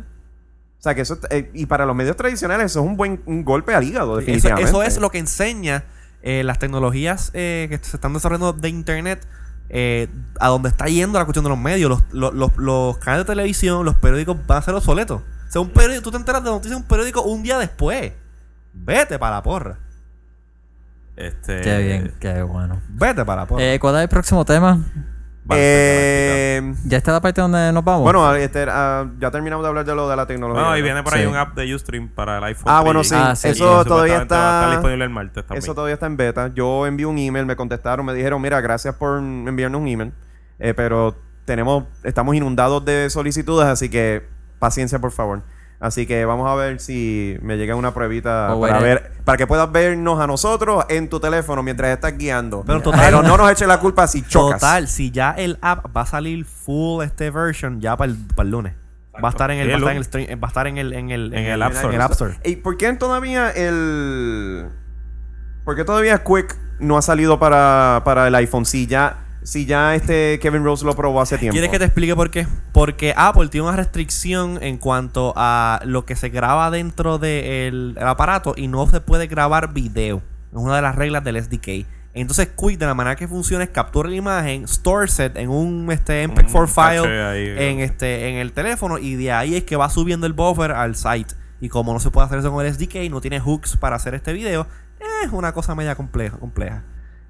O sea, que eso eh, y para los medios tradicionales eso es un buen un golpe al hígado, Eso, definitivamente. eso es lo que enseña eh, las tecnologías eh, que se están desarrollando de internet. eh, a donde está yendo la cuestión de los medios, los, los, los- los canales de televisión, los periódicos van a ser obsoletos. O sea, un periódico, tú te enteras de noticias de un periódico un día después. Vete para la porra. Este, Qué bien, qué bueno. Vete para la porra. Eh, Eh, ¿Cuál es el próximo tema? Eh, Ya está la parte donde nos vamos. bueno, este, ah, ya terminamos de hablar de lo de la tecnología. Bueno, y viene por ahí Sí. un app de Ustream para el iPhone. Ah, bueno, 3G, sí. Ah, sí. y Eso supuestamente todavía Va a estar está. disponible el martes también. Eso todavía está en beta. Yo envié un email, me contestaron, me dijeron, mira, gracias por enviarnos un email, eh, pero tenemos, estamos inundados de solicitudes, así que paciencia, por favor. Así que vamos a ver si me llega una pruebita Oh, para bueno. ver, para que puedas vernos a nosotros en tu teléfono mientras estás guiando. Pero Pero, total- no nos eche la culpa si chocas. Total, si ya el app va a salir full este version ya para el, para el lunes. Va a estar en el, va a estar en el stream- eh, va a estar en el, en el, En el App Store. En el App Store. ¿Y por qué todavía el. ¿Por qué todavía Quick no ha salido para, para el iPhone? Si ya, si ya este Kevin Rose lo probó hace tiempo. ¿Quieres que te explique por qué? Porque Apple tiene una restricción en cuanto a lo que se graba dentro del aparato y no se puede grabar video. Es una de las reglas del SDK. Entonces, Quick, de la manera que funciona, es captura la imagen, store set en un este, Un MP4 caché file ahí, en, este, en el teléfono y de ahí es que va subiendo el buffer al site. Y como no se puede hacer eso con el SDK, no tiene hooks para hacer este video, es una cosa media compleja. compleja.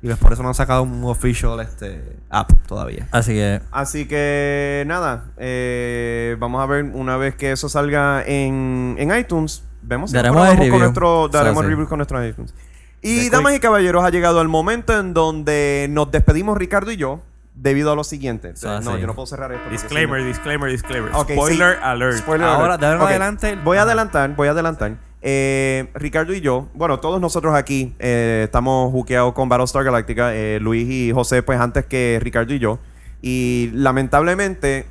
Y pues por eso no han sacado un official este, app todavía. Así que Así que nada, eh, vamos a ver una vez que eso salga en, en iTunes. Vemos si Daremos mejoramos el review. con nuestro, daremos O sea, sí. review con nuestro iTunes. Y damas y caballeros, ha llegado el momento en donde nos despedimos Ricardo y yo debido a lo siguiente. sea, no, sí. yo no puedo cerrar esto. porque si no- Disclaimer, disclaimer, disclaimer. Ok, Spoiler sí. alert. Spoiler Ahora, alert. de ahora en Ok, adelante- Voy a Ajá. adelantar, voy a adelantar. Eh, Ricardo y yo, bueno, todos nosotros aquí eh, estamos juqueados con Battlestar Galactica, eh, Luis y José, pues antes que Ricardo y yo. Y lamentablemente,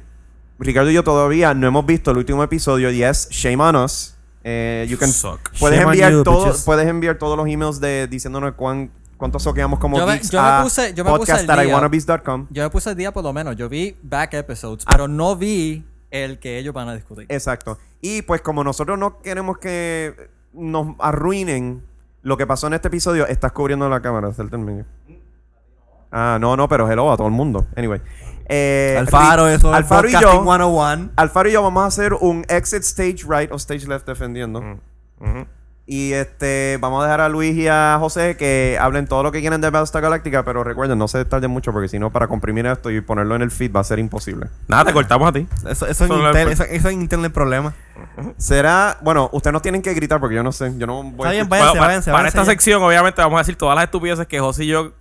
Ricardo y yo todavía no hemos visto el último episodio y es Shame on Us. Eh, you can- Suck. puedes, Shame on enviar you, todo- bitches. puedes enviar todos los emails de, diciéndonos cuán, cuánto soqueamos como Yo me- geeks yo me a puse- yo me puse al día. podcast@iwannabees.com. yo me puse el día por lo menos. Yo vi back episodes, Ah. pero no vi el que ellos van a discutir. Exacto. Y pues como nosotros no queremos que nos arruinen lo que pasó en este episodio, estás cubriendo la cámara, salte el medio. Ah, no, no, pero hello a todo el mundo. Anyway. Eh, Alfaro, Ri- eso es Alfaro y Podcasting yo. 101. Alfaro y yo vamos a hacer un exit stage right o stage left defendiendo. Ujú. Y este, vamos a dejar a Luis y a José que hablen todo lo que quieran de Battlestar Galáctica, pero recuerden, no se tarden mucho porque si no, para comprimir esto y ponerlo en el feed va a ser imposible. Nada, te cortamos a ti. Eso, eso, es Solo Intel, el- eso, eso es Intel el problema. Será, bueno, ustedes no tienen que gritar porque yo no sé, yo no voy Está a bien, escuchar. váyanse, para váyanse, para váyanse esta ya. sección, obviamente, vamos a decir todas las estupideces que José y yo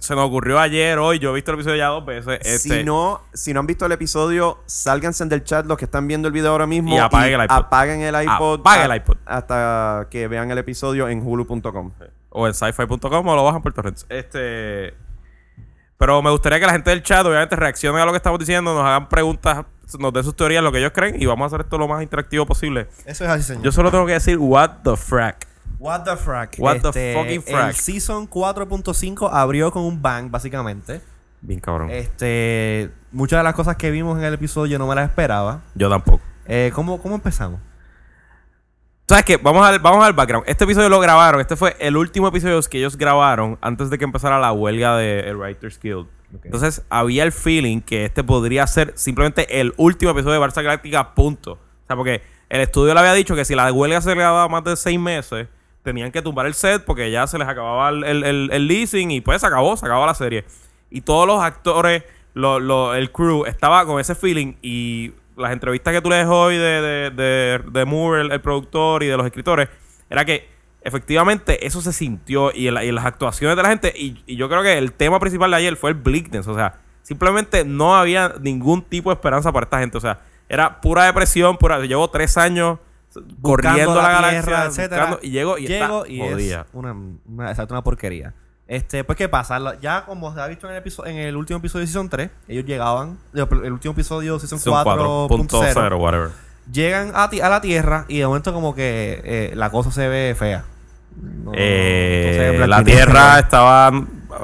se nos ocurrió ayer, hoy. Yo he visto el episodio ya dos veces. Este, Si, no, si no han visto el episodio, sálganse del chat los que están viendo el video ahora mismo. Y apaguen el iPod. Apaguen el iPod. Apaguen el iPod. Hasta que vean el episodio en hulu.com. o en sci-fi.com o lo bajan por torrents. Este. Pero me gustaría que la gente del chat, obviamente, reaccione a lo que estamos diciendo, nos hagan preguntas, nos den sus teorías, lo que ellos creen, y vamos a hacer esto lo más interactivo posible. Eso es así, señor. Yo solo tengo que decir, what the frack. What the frack. Este, What the fucking frack. El Season 4.5 abrió con un bang, básicamente. Bien cabrón. Este, muchas de las cosas que vimos en el episodio yo no me las esperaba. Yo tampoco. Eh, ¿cómo, ¿Cómo empezamos? ¿Sabes qué? Vamos al, vamos al background. Este episodio lo grabaron. Este fue el último episodio que ellos grabaron antes de que empezara la huelga del el Writers Guild. Entonces, había el feeling que este podría ser simplemente el último episodio de Barça Galáctica, punto. O sea, porque el estudio le había dicho que si la huelga se le daba más de seis meses, tenían que tumbar el set porque ya se les acababa el, el, el- el leasing y pues se acabó, se acabó la serie. Y todos los actores, lo- lo- el crew, estaba con ese feeling y las entrevistas que tú lees hoy de, de, de, de Moore, el, el productor y de los escritores, era que efectivamente eso se sintió y, en la- y en las actuaciones de la gente y, y yo creo que el tema principal de ayer fue el bleakness, o sea, simplemente no había ningún tipo de esperanza para esta gente, o sea, era pura depresión, pura, llevo tres años corriendo la, Buscando la galaxia, tierra, etcétera. buscando- y llego y Llego está y jodida. es una, una, exacto, una porquería. Este, pues, ¿qué pasa? La- Ya como se ha visto en el, episodio, en el último episodio de Season 3, ellos llegaban, el último episodio de Season, Son 4.0, 4.0, whatever. llegan a, ti- a la Tierra y de momento como que eh, la cosa se ve fea. No- no se ve Eh, blanco la y negro. Tierra estaba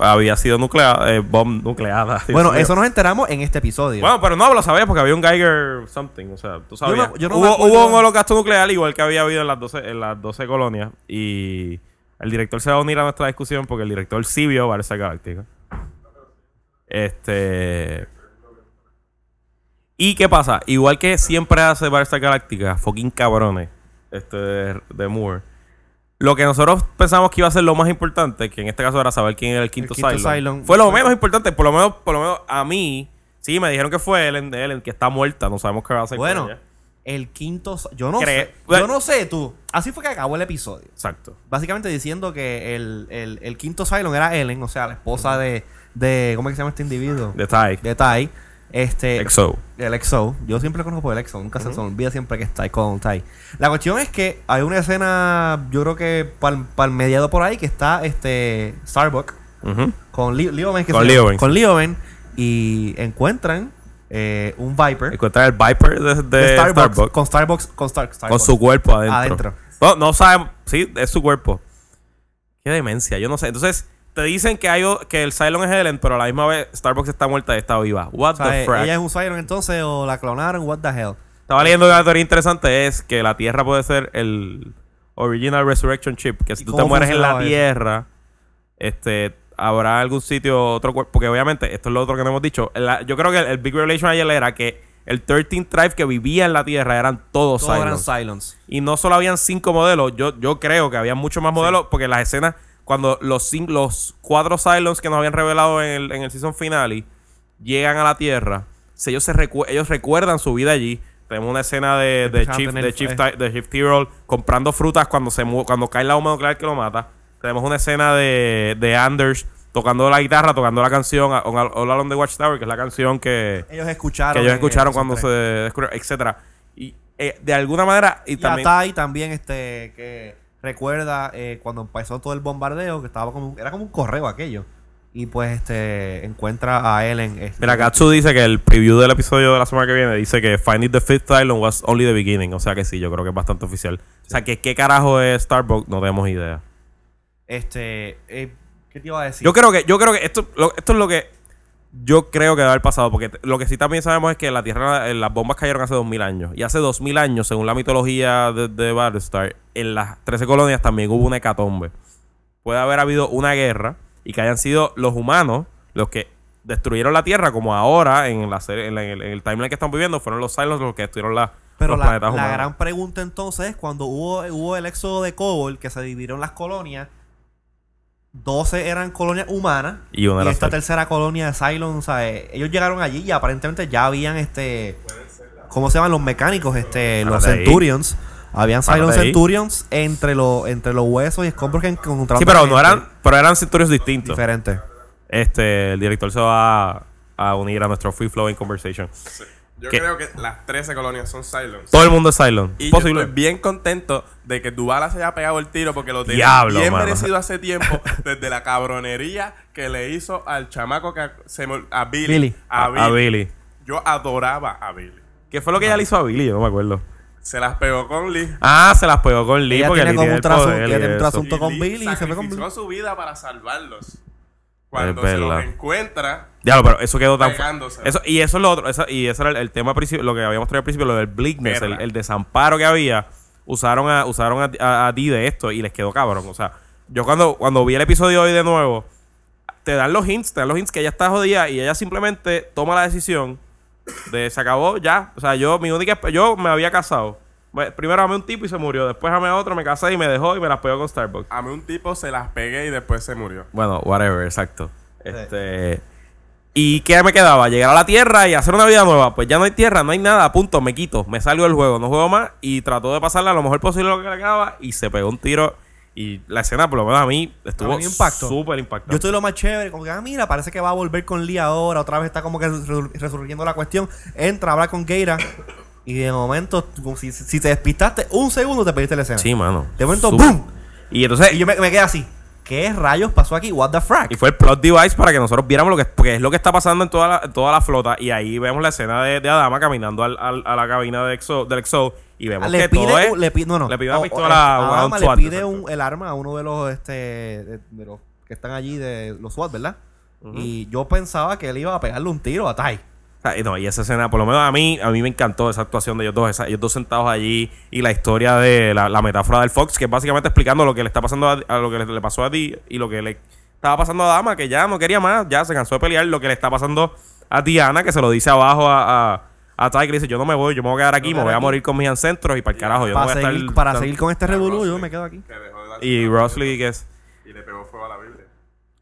había sido nucleada, eh, bomb nucleada. Dios Bueno, mío. eso nos enteramos en este episodio. Bueno, pero no lo sabías porque había un Geiger something, o sea, tú sabías. no- yo no me hubo, acuerdo- hubo un holocausto nuclear igual que había habido en las 12, en las 12 colonias y el director se va a unir a nuestra discusión porque el director sí vio Barça Galáctica. Este... ¿Y qué pasa? Igual que siempre hace Barça Galáctica, fucking cabrones, este de, de Moore. Lo que nosotros pensamos que iba a ser lo más importante, que en este caso era saber quién era el quinto, quinto Cylon, Cylon. fue lo menos importante, por lo menos, por lo menos a mí Sí, me dijeron que fue Ellen, de Ellen, que está muerta. No sabemos qué va a hacer. con Bueno, ella. el quinto. sa- Yo no pues, Cre- sé. Yo no sé tú. Así fue que acabó el episodio. Exacto. Básicamente diciendo que el, el- el quinto Cylon era Ellen, o sea, la esposa de. de ¿Cómo es que se llama este individuo? De, De Ty. Ty. Este. EXO. El EXO. Yo siempre lo conozco por el EXO. Nunca se- se me olvida siempre que es Ty con Ty. La cuestión es que hay una escena, yo creo que para el mediado por ahí, que está este Starbuck Ujú. con Leo Leoben. que Con se llama- Leoben. Con Leoben. Y encuentran eh, un Viper. Encontrar el Viper de, de de Starbucks, eh, Starbucks. Con Starbucks. Con Star- Con Starbucks. su cuerpo adentro. Adentro. No, no sabemos. Sí, es su cuerpo. Qué demencia, yo no sé. Entonces, te dicen que, hay, o- que el Cylon es Helen, pero a la misma vez Starbucks está muerta y está viva. What O sea, eh, the frack. ella es un Cylon entonces o la clonaron, what the hell. Estaba leyendo una teoría interesante: es que la Tierra puede ser el Original Resurrection Chip. Que si ¿Y tú te cómo mueres en la funcionaba eso? Tierra, este. Habrá algún sitio, otro cuerpo. Porque obviamente, esto es lo otro que no hemos dicho. la- yo creo que el, el Big Revelation ayer era que el 13 Tribe que vivía en la Tierra eran todos, Todos eran Cylons. Cylons. Y no solo habían cinco modelos, yo, yo creo que había muchos más modelos, porque las escenas, cuando los, cin- los cuatro Cylons que nos habían revelado en el, en el season finale llegan a la Tierra, se- ellos, se recu- ellos recuerdan su vida allí. Tenemos una escena de, de Empezaban a Chief, tener de, Chief fe. Ty- de Chief Tyrol comprando frutas cuando, se mu- cuando cae la bomba nuclear que lo mata. Tenemos una escena de, de Anders tocando la guitarra, tocando la canción a- All All Along the Watchtower, que es la canción que, Ellos escucharon. que ellos en el escucharon season cuando se tres. descubrieron, etcétera Y eh, de alguna manera... Y, Y también, a Ty también este que recuerda eh, cuando empezó todo el bombardeo que estaba como un- era como un correo aquello y pues este encuentra a Ellen este, Mira, Gatsu dice que el preview del episodio de la semana que viene dice que Finding the Fifth Island was only the beginning. O sea que sí, yo creo que es bastante oficial. O sea, que qué carajo es Starbucks, no tenemos idea. este eh, qué te iba a decir Yo creo que, yo creo que esto, lo- esto es lo que yo creo que debe haber pasado. Porque te- lo que sí también sabemos es que la Tierra, eh, las bombas cayeron hace 2000 años. Y hace 2000 años, según la mitología de, de Battlestar, en las 13 colonias también hubo una hecatombe. Puede haber habido una guerra y que hayan sido los humanos los que destruyeron la Tierra, como ahora en, la serie- en la- en el, en el timeline que estamos viviendo, fueron los Cylons los que destruyeron la, pero los la, planetas la humanos. gran pregunta entonces es cuando hubo hubo el éxodo de Cobol que se dividieron las colonias 12 eran colonias humanas Y una Y era esta Cylon. tercera colonia de Cylon, o sea, eh, ellos llegaron allí y aparentemente ya habían este. ¿Cómo se llaman los mecánicos? Este, los Párate ahí. Centurions. Habían Cylon Párate ahí. Centurions entre, los entre los huesos y escombros que encontraron. Sí, pero no también, eran, pero eran centurios distintos. Diferentes. Este, el director se va a unir a nuestro free flowing conversation. Yo ¿Qué? creo que las 13 colonias son Silence. Todo el mundo es Cylon. Y Posible. yo estoy bien contento de que Dubala se haya pegado el tiro porque lo tenía Diablo, bien mano. merecido hace tiempo desde la cabronería que le hizo al chamaco que se me- a Billy, Billy. A, Billy. A Billy. Yo adoraba a Billy. ¿Qué fue lo que ella le hizo a Billy? Yo no me acuerdo. Se las pegó con Lee. Ah, se las pegó con Lee Ella porque tiene Lee como tiene un el trazo- poder ella y tiene un eso. trazo- Junto con Billy y se fue sacrificó con Billy. su vida para salvarlos. Cuando Es se los verdad. encuentra, Diablo, pero eso quedó tan... fu- Pegándose. Eso, y eso es lo otro. esa- y eso era el, el tema principal, lo que habíamos traído al principio, lo del bleakness, el, Verdad. el desamparo que había. Usaron a, usaron a, a- a ti de esto y les quedó cabrón. O sea, yo cuando, cuando vi el episodio hoy de nuevo, te dan los hints, te dan los hints que ella está jodida y ella simplemente toma la decisión de se acabó ya. O sea, yo mi única esp- yo me había casado. Me- Primero amé un tipo y se murió, después amé a otro, me casé y me dejó y me las pegó con Starbucks. a mí un tipo se las pegué y después se murió. Bueno, whatever, exacto. Este y qué me quedaba, llegar a la Tierra y hacer una vida nueva. Pues ya no hay Tierra, no hay nada, punto, me quito, me salgo del juego, no juego más y trató de pasarla lo mejor posible lo que le quedaba y se pegó un tiro y la escena por lo menos a mí A estuvo mí me impactó. súper impactante. Yo estoy lo más chévere, como que, ah, mira, parece que va a volver con Lee ahora, otra vez está como que resur- resurgiendo la cuestión. Entra, habla con Geira y de momento, tú- como si, si te despistaste un segundo, te perdiste la escena. Sí, mano. De momento, Súper. ¡boom! Y entonces Y yo me, me quedé así. ¿Qué rayos pasó aquí? What the frack? Y fue el plot device para que nosotros viéramos lo que, porque es lo que está pasando en toda la, en toda la flota. Y ahí vemos la escena de, de Adama caminando al- al- a la cabina de Exo, del Exo. Y vemos le que pide, todo es. un- le pide, no, no. le pide una O- o- pistola este, a Adama un le SWAT, pide exacto. un- el arma a uno de los, este, de, de los que están allí, de los SWAT, ¿verdad? Y yo pensaba que él iba a pegarle un tiro a Tai. O sea, y no, y esa escena, por lo menos a mí, a mí me encantó esa actuación de ellos dos, esa- ellos dos sentados allí y la historia de la, la metáfora del Fox, que es básicamente explicando lo que le está pasando a, a lo que le, le pasó a ti y lo que le estaba pasando a Dama, que ya no quería más, ya se cansó de pelear, lo que le está pasando a Diana, que se lo dice abajo a, a, a Ty, que le dice, yo no me voy, yo me voy a quedar aquí, me quedar voy a aquí. morir con mis ancestros y para el carajo, yo no Para, voy a seguir, estar... para tan- seguir con este revolú, yo me quedo aquí. Que dejó de dar- Y Rosley, que es... y le pegó fuego a la Biblia.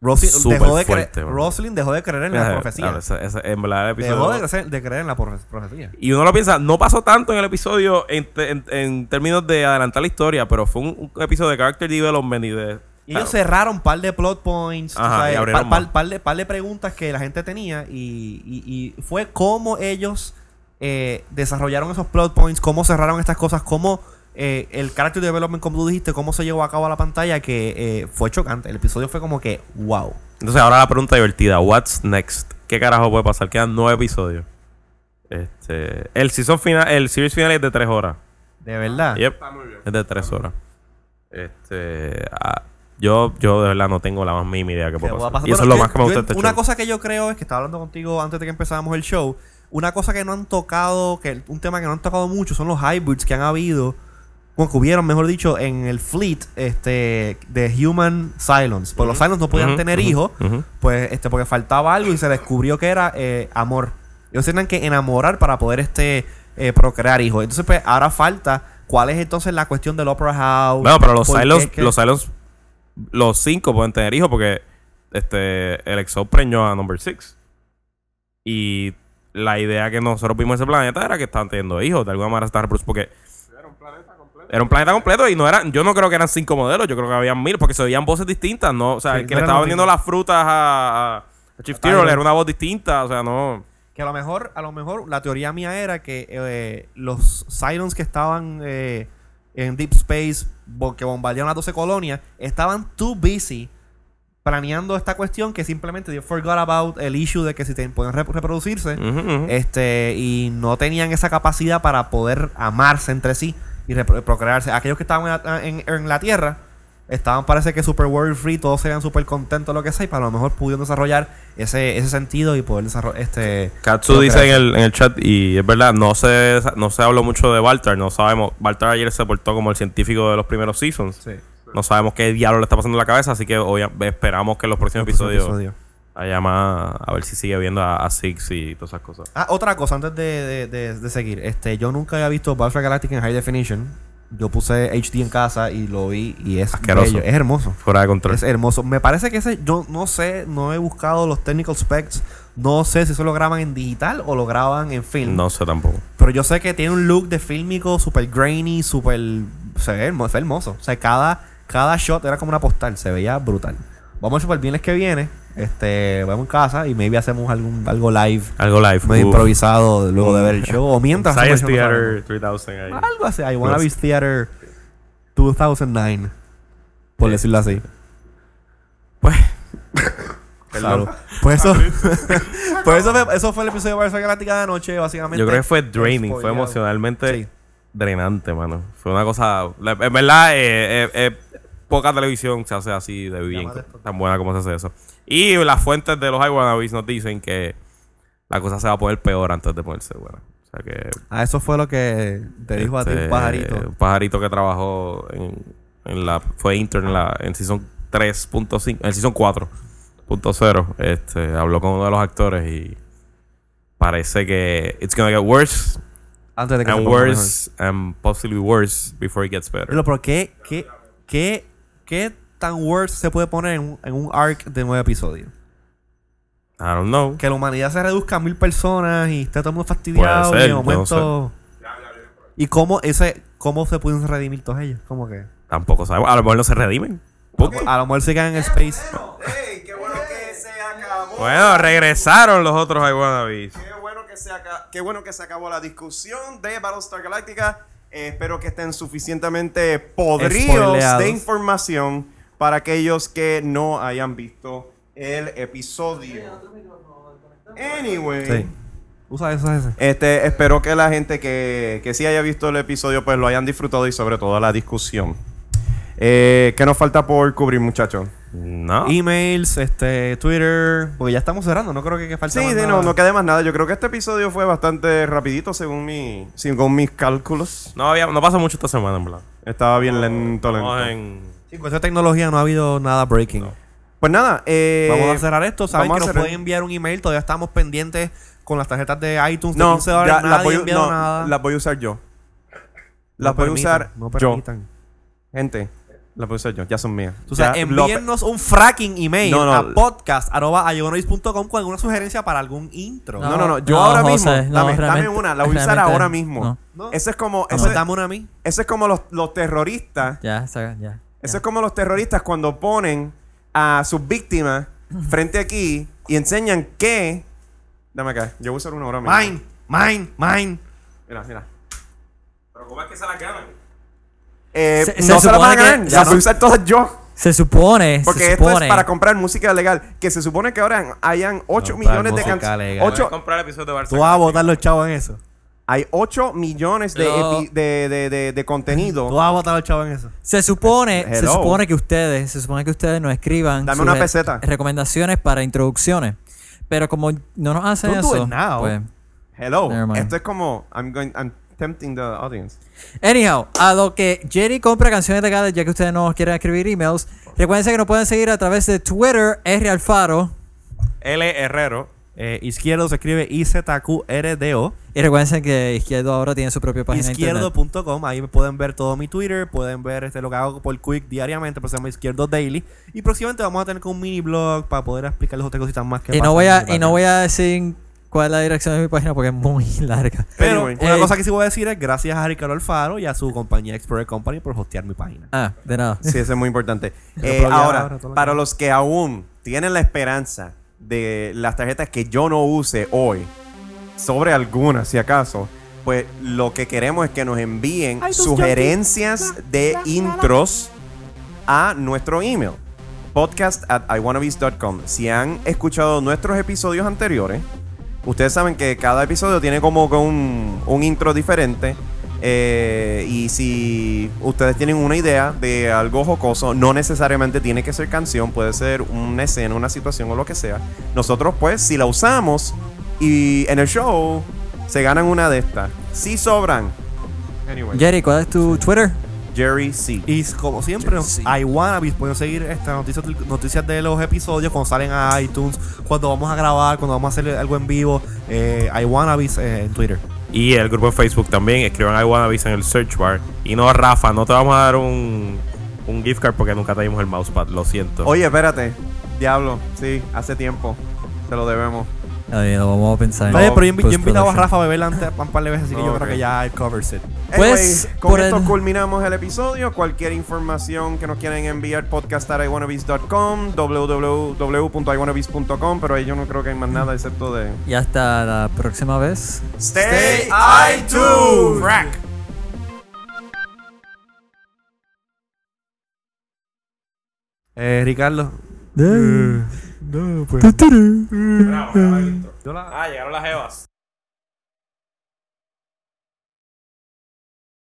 Rosalind Súper dejó, de fuerte, creer- mano. Rosalind dejó de creer en la Ese- profecía. claro, ese- ese- en verdad, el episodio- Dejó de, creer- de creer en la profe- profecía. Y uno lo piensa, no pasó tanto en el episodio en, te- en- en términos de adelantar la historia, pero fue un, un episodio de character development y de... Y ellos cerraron un par de plot points, tú Ajá, sabes, y abrieron par, par- más. par de, par de preguntas que la gente tenía y, y- y fue cómo ellos eh, desarrollaron esos plot points, cómo cerraron estas cosas, cómo eh, el character development, como tú dijiste, cómo se llevó a cabo a la pantalla, que eh, fue chocante. El episodio fue como que, wow. Entonces ahora la pregunta divertida, what's next? ¿Qué carajo puede pasar? Quedan nueve episodios. Este, el season final, el series final es de tres horas. De verdad. Yep, Está muy bien. es de tres horas. Este, ah, yo, yo de verdad no tengo la más mínima idea que Te puede voy a pasar. pasar- Y eso es Bueno, lo más yo- que me gusta yo- de este Una show. cosa que yo creo es que estaba hablando contigo antes de que empezáramos el show. Una cosa que no han tocado, que un tema que no han tocado mucho son los hybrids que han habido, o que hubieron, mejor dicho, en el fleet este, de Human Silence. Pues los Silence no podían Ujú, tener ujú, hijos, ujú. pues este, porque faltaba algo y se descubrió que era eh, amor. Ellos tenían que enamorar para poder este eh, procrear hijos. Entonces, pues ahora falta cuál es entonces la cuestión del Opera House. Bueno, pero los ¿Por qué Cylons, es que- los Cylons, los cinco pueden tener hijos porque este, el Exo preñó a Number Six. Y la idea que nosotros vimos en ese planeta era que estaban teniendo hijos, de alguna manera estaban reproduciendo, porque era un planeta completo y no eran, yo no creo que eran cinco modelos, yo creo que habían mil, porque se oían voces distintas, ¿no? O sea, Sí, el que le no eran estaba los vendiendo mismos. las frutas a, a- a Chief Tyler. Tyrell era una voz distinta, o sea, no. Que a lo mejor, a lo mejor, la teoría mía era que eh, los Cylons que estaban eh, en Deep Space, bo- que bombardearon las 12 colonias, estaban too busy planeando esta cuestión que simplemente they forgot about el issue de que si te, pueden rep- reproducirse Ujú, ujú. este y no tenían esa capacidad para poder amarse entre sí y repro- procrearse. Aquellos que estaban en la, en- en la Tierra estaban, parece que super worry free, todos serían súper contentos, lo que sea, y para lo mejor pudieron desarrollar ese, ese sentido y poder desarrollar este. Katsu procrearse. dice en el, en el chat, y es verdad, no se, no se habló mucho de Walter, no sabemos. Walter ayer se portó como el científico de los primeros seasons. Sí. No sabemos qué diablo le está pasando en la cabeza, así que obvia- esperamos que en los próximos episodios haya más, a ver si sigue viendo a, a Six y todas esas cosas. Ah, otra cosa antes de, de- de- de seguir. Este, yo nunca había visto Battlestar Galactic en High Definition. Yo puse HD en casa y lo vi y es Asqueroso. bello. Es hermoso. Fuera de control. Es hermoso. Me parece que ese, yo no sé, no he buscado los technical specs. No sé si eso lo graban en digital o lo graban en film. No sé tampoco. Pero yo sé que tiene un look de fílmico super grainy, super... Se ve hermo- se ve hermoso. O sea, cada, cada shot era como una postal. Se veía brutal. Vamos a ver para el viernes que viene. Este, vamos en casa y maybe hacemos algún, algo live Algo live. medio uf. improvisado luego de ver el show. O mientras... hacemos Science el show, no sabemos. Theater 3000 ahí. Algo así. I wanna Los- be Theater 2009. Por Eh, decirlo así. Pues. Claro. Pues eso... pues eso, fue- eso fue el episodio de Barça Galáctica de anoche, básicamente. Yo creo que fue draining, fue spoileado. emocionalmente Sí. drenante, mano. Fue una cosa. la- En verdad, eh, eh, eh, poca televisión se hace así de bien, Llámate. tan buena como se hace eso. Y las fuentes de los Iwanabis nos dicen que la cosa se va a poner peor antes de ponerse buena. O sea que. Ah, eso fue lo que te dijo a ti este, un pajarito. Un pajarito que trabajó en, en la. Fue intern en, la, en Season 3.5. En Season 4.0. Este, habló con uno de los actores y. Parece que. It's gonna get worse Antes de que se and ponga worse and possibly worse before it gets mejor. Pero, better. pero ¿qué, qué, qué, qué tan worse se puede poner en un, en un arc de nueve episodios? I don't know. Que la humanidad se reduzca a mil personas y esté todo el mundo fastidiado Puede ser, y de no momento... ¿Y cómo, ese, cómo se pueden redimir todos ellos? ¿Cómo que? Tampoco sabemos. A lo mejor no se redimen. Punto. Ah, A lo mejor se quedan en el space. ¡Ey! ¡Qué bueno que se acabó! Bueno, regresaron los otros Iwanabis. Qué bueno, que se aca- qué bueno que se acabó la discusión de Battlestar Galactica. Eh, espero que estén suficientemente podridos Spoileados. de información para aquellos que no hayan visto el episodio. Anyway. Sí. Usa eso, ese. Este, espero que la gente que, que sí haya visto el episodio pues lo hayan disfrutado y sobre todo la discusión. Eh, ¿Qué nos falta por cubrir, muchachos? No. Emails, este, Twitter... Porque ya estamos cerrando, no creo que, que falte Sí, más sí, nada. no, no queda más nada. Yo creo que este episodio fue bastante rapidito según, mi, según mis cálculos. No, había, no pasó mucho esta semana, en verdad. Estaba bien lento, lento. Estamos en. Sí, con esta tecnología no ha habido nada breaking. Pues nada, eh, Vamos a cerrar esto. Saben vamos que a nos cerrar. pueden enviar un email. Todavía estamos pendientes con las tarjetas de iTunes. de No, 15 dólares. ya Nadie las voy, ha a- enviado no, nada. las voy a usar yo. No Las voy a permitan, usar No yo. permitan. Gente, La puse yo, ya son mías. Tú sabes, Ya, López- envíennos un fracking email No, no. a podcast.com con alguna sugerencia para algún intro. No, no, no. Yo No, ahora José, mismo. no, dame, dame realmente- una. La voy a usar realmente ahora no. mismo. No. Eso es como. Pues Eso, es- dame una a mí. eso es como los, los terroristas. Ya, saca- ya. Eso es como los terroristas cuando ponen a sus víctimas frente aquí y enseñan que. Dame acá. Yo voy a usar una ahora mismo. Mine, mine, mine. Mira, mira. Pero ¿cómo es que se la quedan? Eh, Se- se no se, la supone van a que- ganar. ya Las no. voy a usar todas yo. Se supone, Porque se esto supone. es para comprar música legal. Que se supone que ahora hayan 8 Comprar millones de música canciones. legal. Voy a comprar el episodio de Tú Barça. vas a votar los chavos en eso. Hay 8 millones de, Pero- epi- de, de, de- de contenido. Tú vas a votar los chavos en eso. Se supone, se Hello. supone que ustedes, se supone que ustedes nos escriban Dame una suge- peseta. recomendaciones para introducciones. Pero como no nos hacen Don't do eso, it now. pues, Hello. Never mind. Esto es como I'm going I'm tempting the audience. Anyhow, a lo que Jerry compra canciones legales, ya que ustedes no quieren escribir emails, recuerden que nos pueden seguir a través de Twitter, R Alfaro. L. Herrero. Eh, izquierdo se escribe IZQRDO. Y recuerden que Izquierdo ahora tiene su propia página de internet. Izquierdo.com. Ahí pueden ver todo mi Twitter. Pueden ver este, lo que hago por Quick diariamente. Pero se llama Izquierdo Daily. Y próximamente vamos a tener como un mini blog para poder explicarles otras cositas más que Y pasan no, voy en a, mi y no página. voy a decir cuál es la dirección de mi página porque es muy larga. Pero Anyway. una Eh, cosa que sí voy a decir es gracias a Ricardo Alfaro y a su compañía Explorer Company por hostear mi página. Ah, de nada. Sí, eso es muy importante. Yo Eh, puedo ya ahora, ahora, todo lo para que- los que aún tienen la esperanza de las tarjetas que yo no use hoy, sobre algunas si acaso, pues lo que queremos es que nos envíen sugerencias de intros a nuestro email podcast at iwannabes.com. Si han escuchado nuestros episodios anteriores, ustedes saben que cada episodio tiene como que un, un intro diferente. eh, y si ustedes tienen una idea de algo jocoso, no necesariamente tiene que ser canción, puede ser una escena, una situación o lo que sea. Nosotros, pues, si la usamos y en el show se ganan una de estas. Si sobran. Anyway, Jerry, ¿cuál es tu Twitter? Jerry C. Y s- como siempre, iWannabes pueden seguir estas noticias, del- noticias de los episodios cuando salen a iTunes, cuando vamos a grabar, cuando vamos a hacer algo en vivo. Eh, iWannabes eh, en Twitter. Y el grupo en Facebook también. Escriban I Wanna Bees en el search bar. Y no, Rafa, no te vamos a dar un, un gift card porque nunca traímos el mousepad. Lo siento. Oye, espérate. Diablo, sí, hace tiempo. Te lo debemos. Ay, pues, lo vamos a pensar. en Oye, pero yo, invi- yo post-production. invitaba a Rafa a beber antes un par de veces, así que yo Ok. creo que ya el cover set. Pues, Pues, con por esto el- culminamos el episodio. Cualquier información que nos quieran enviar, podcast.iwannabes.com, www.iwannabes.com, pero ahí yo no creo que hay más nada excepto de... Y hasta la próxima vez. ¡Stay iTunes! Crack. Eh, Ricardo. Bravo, bravo, listo. Ah, llegaron las Evas.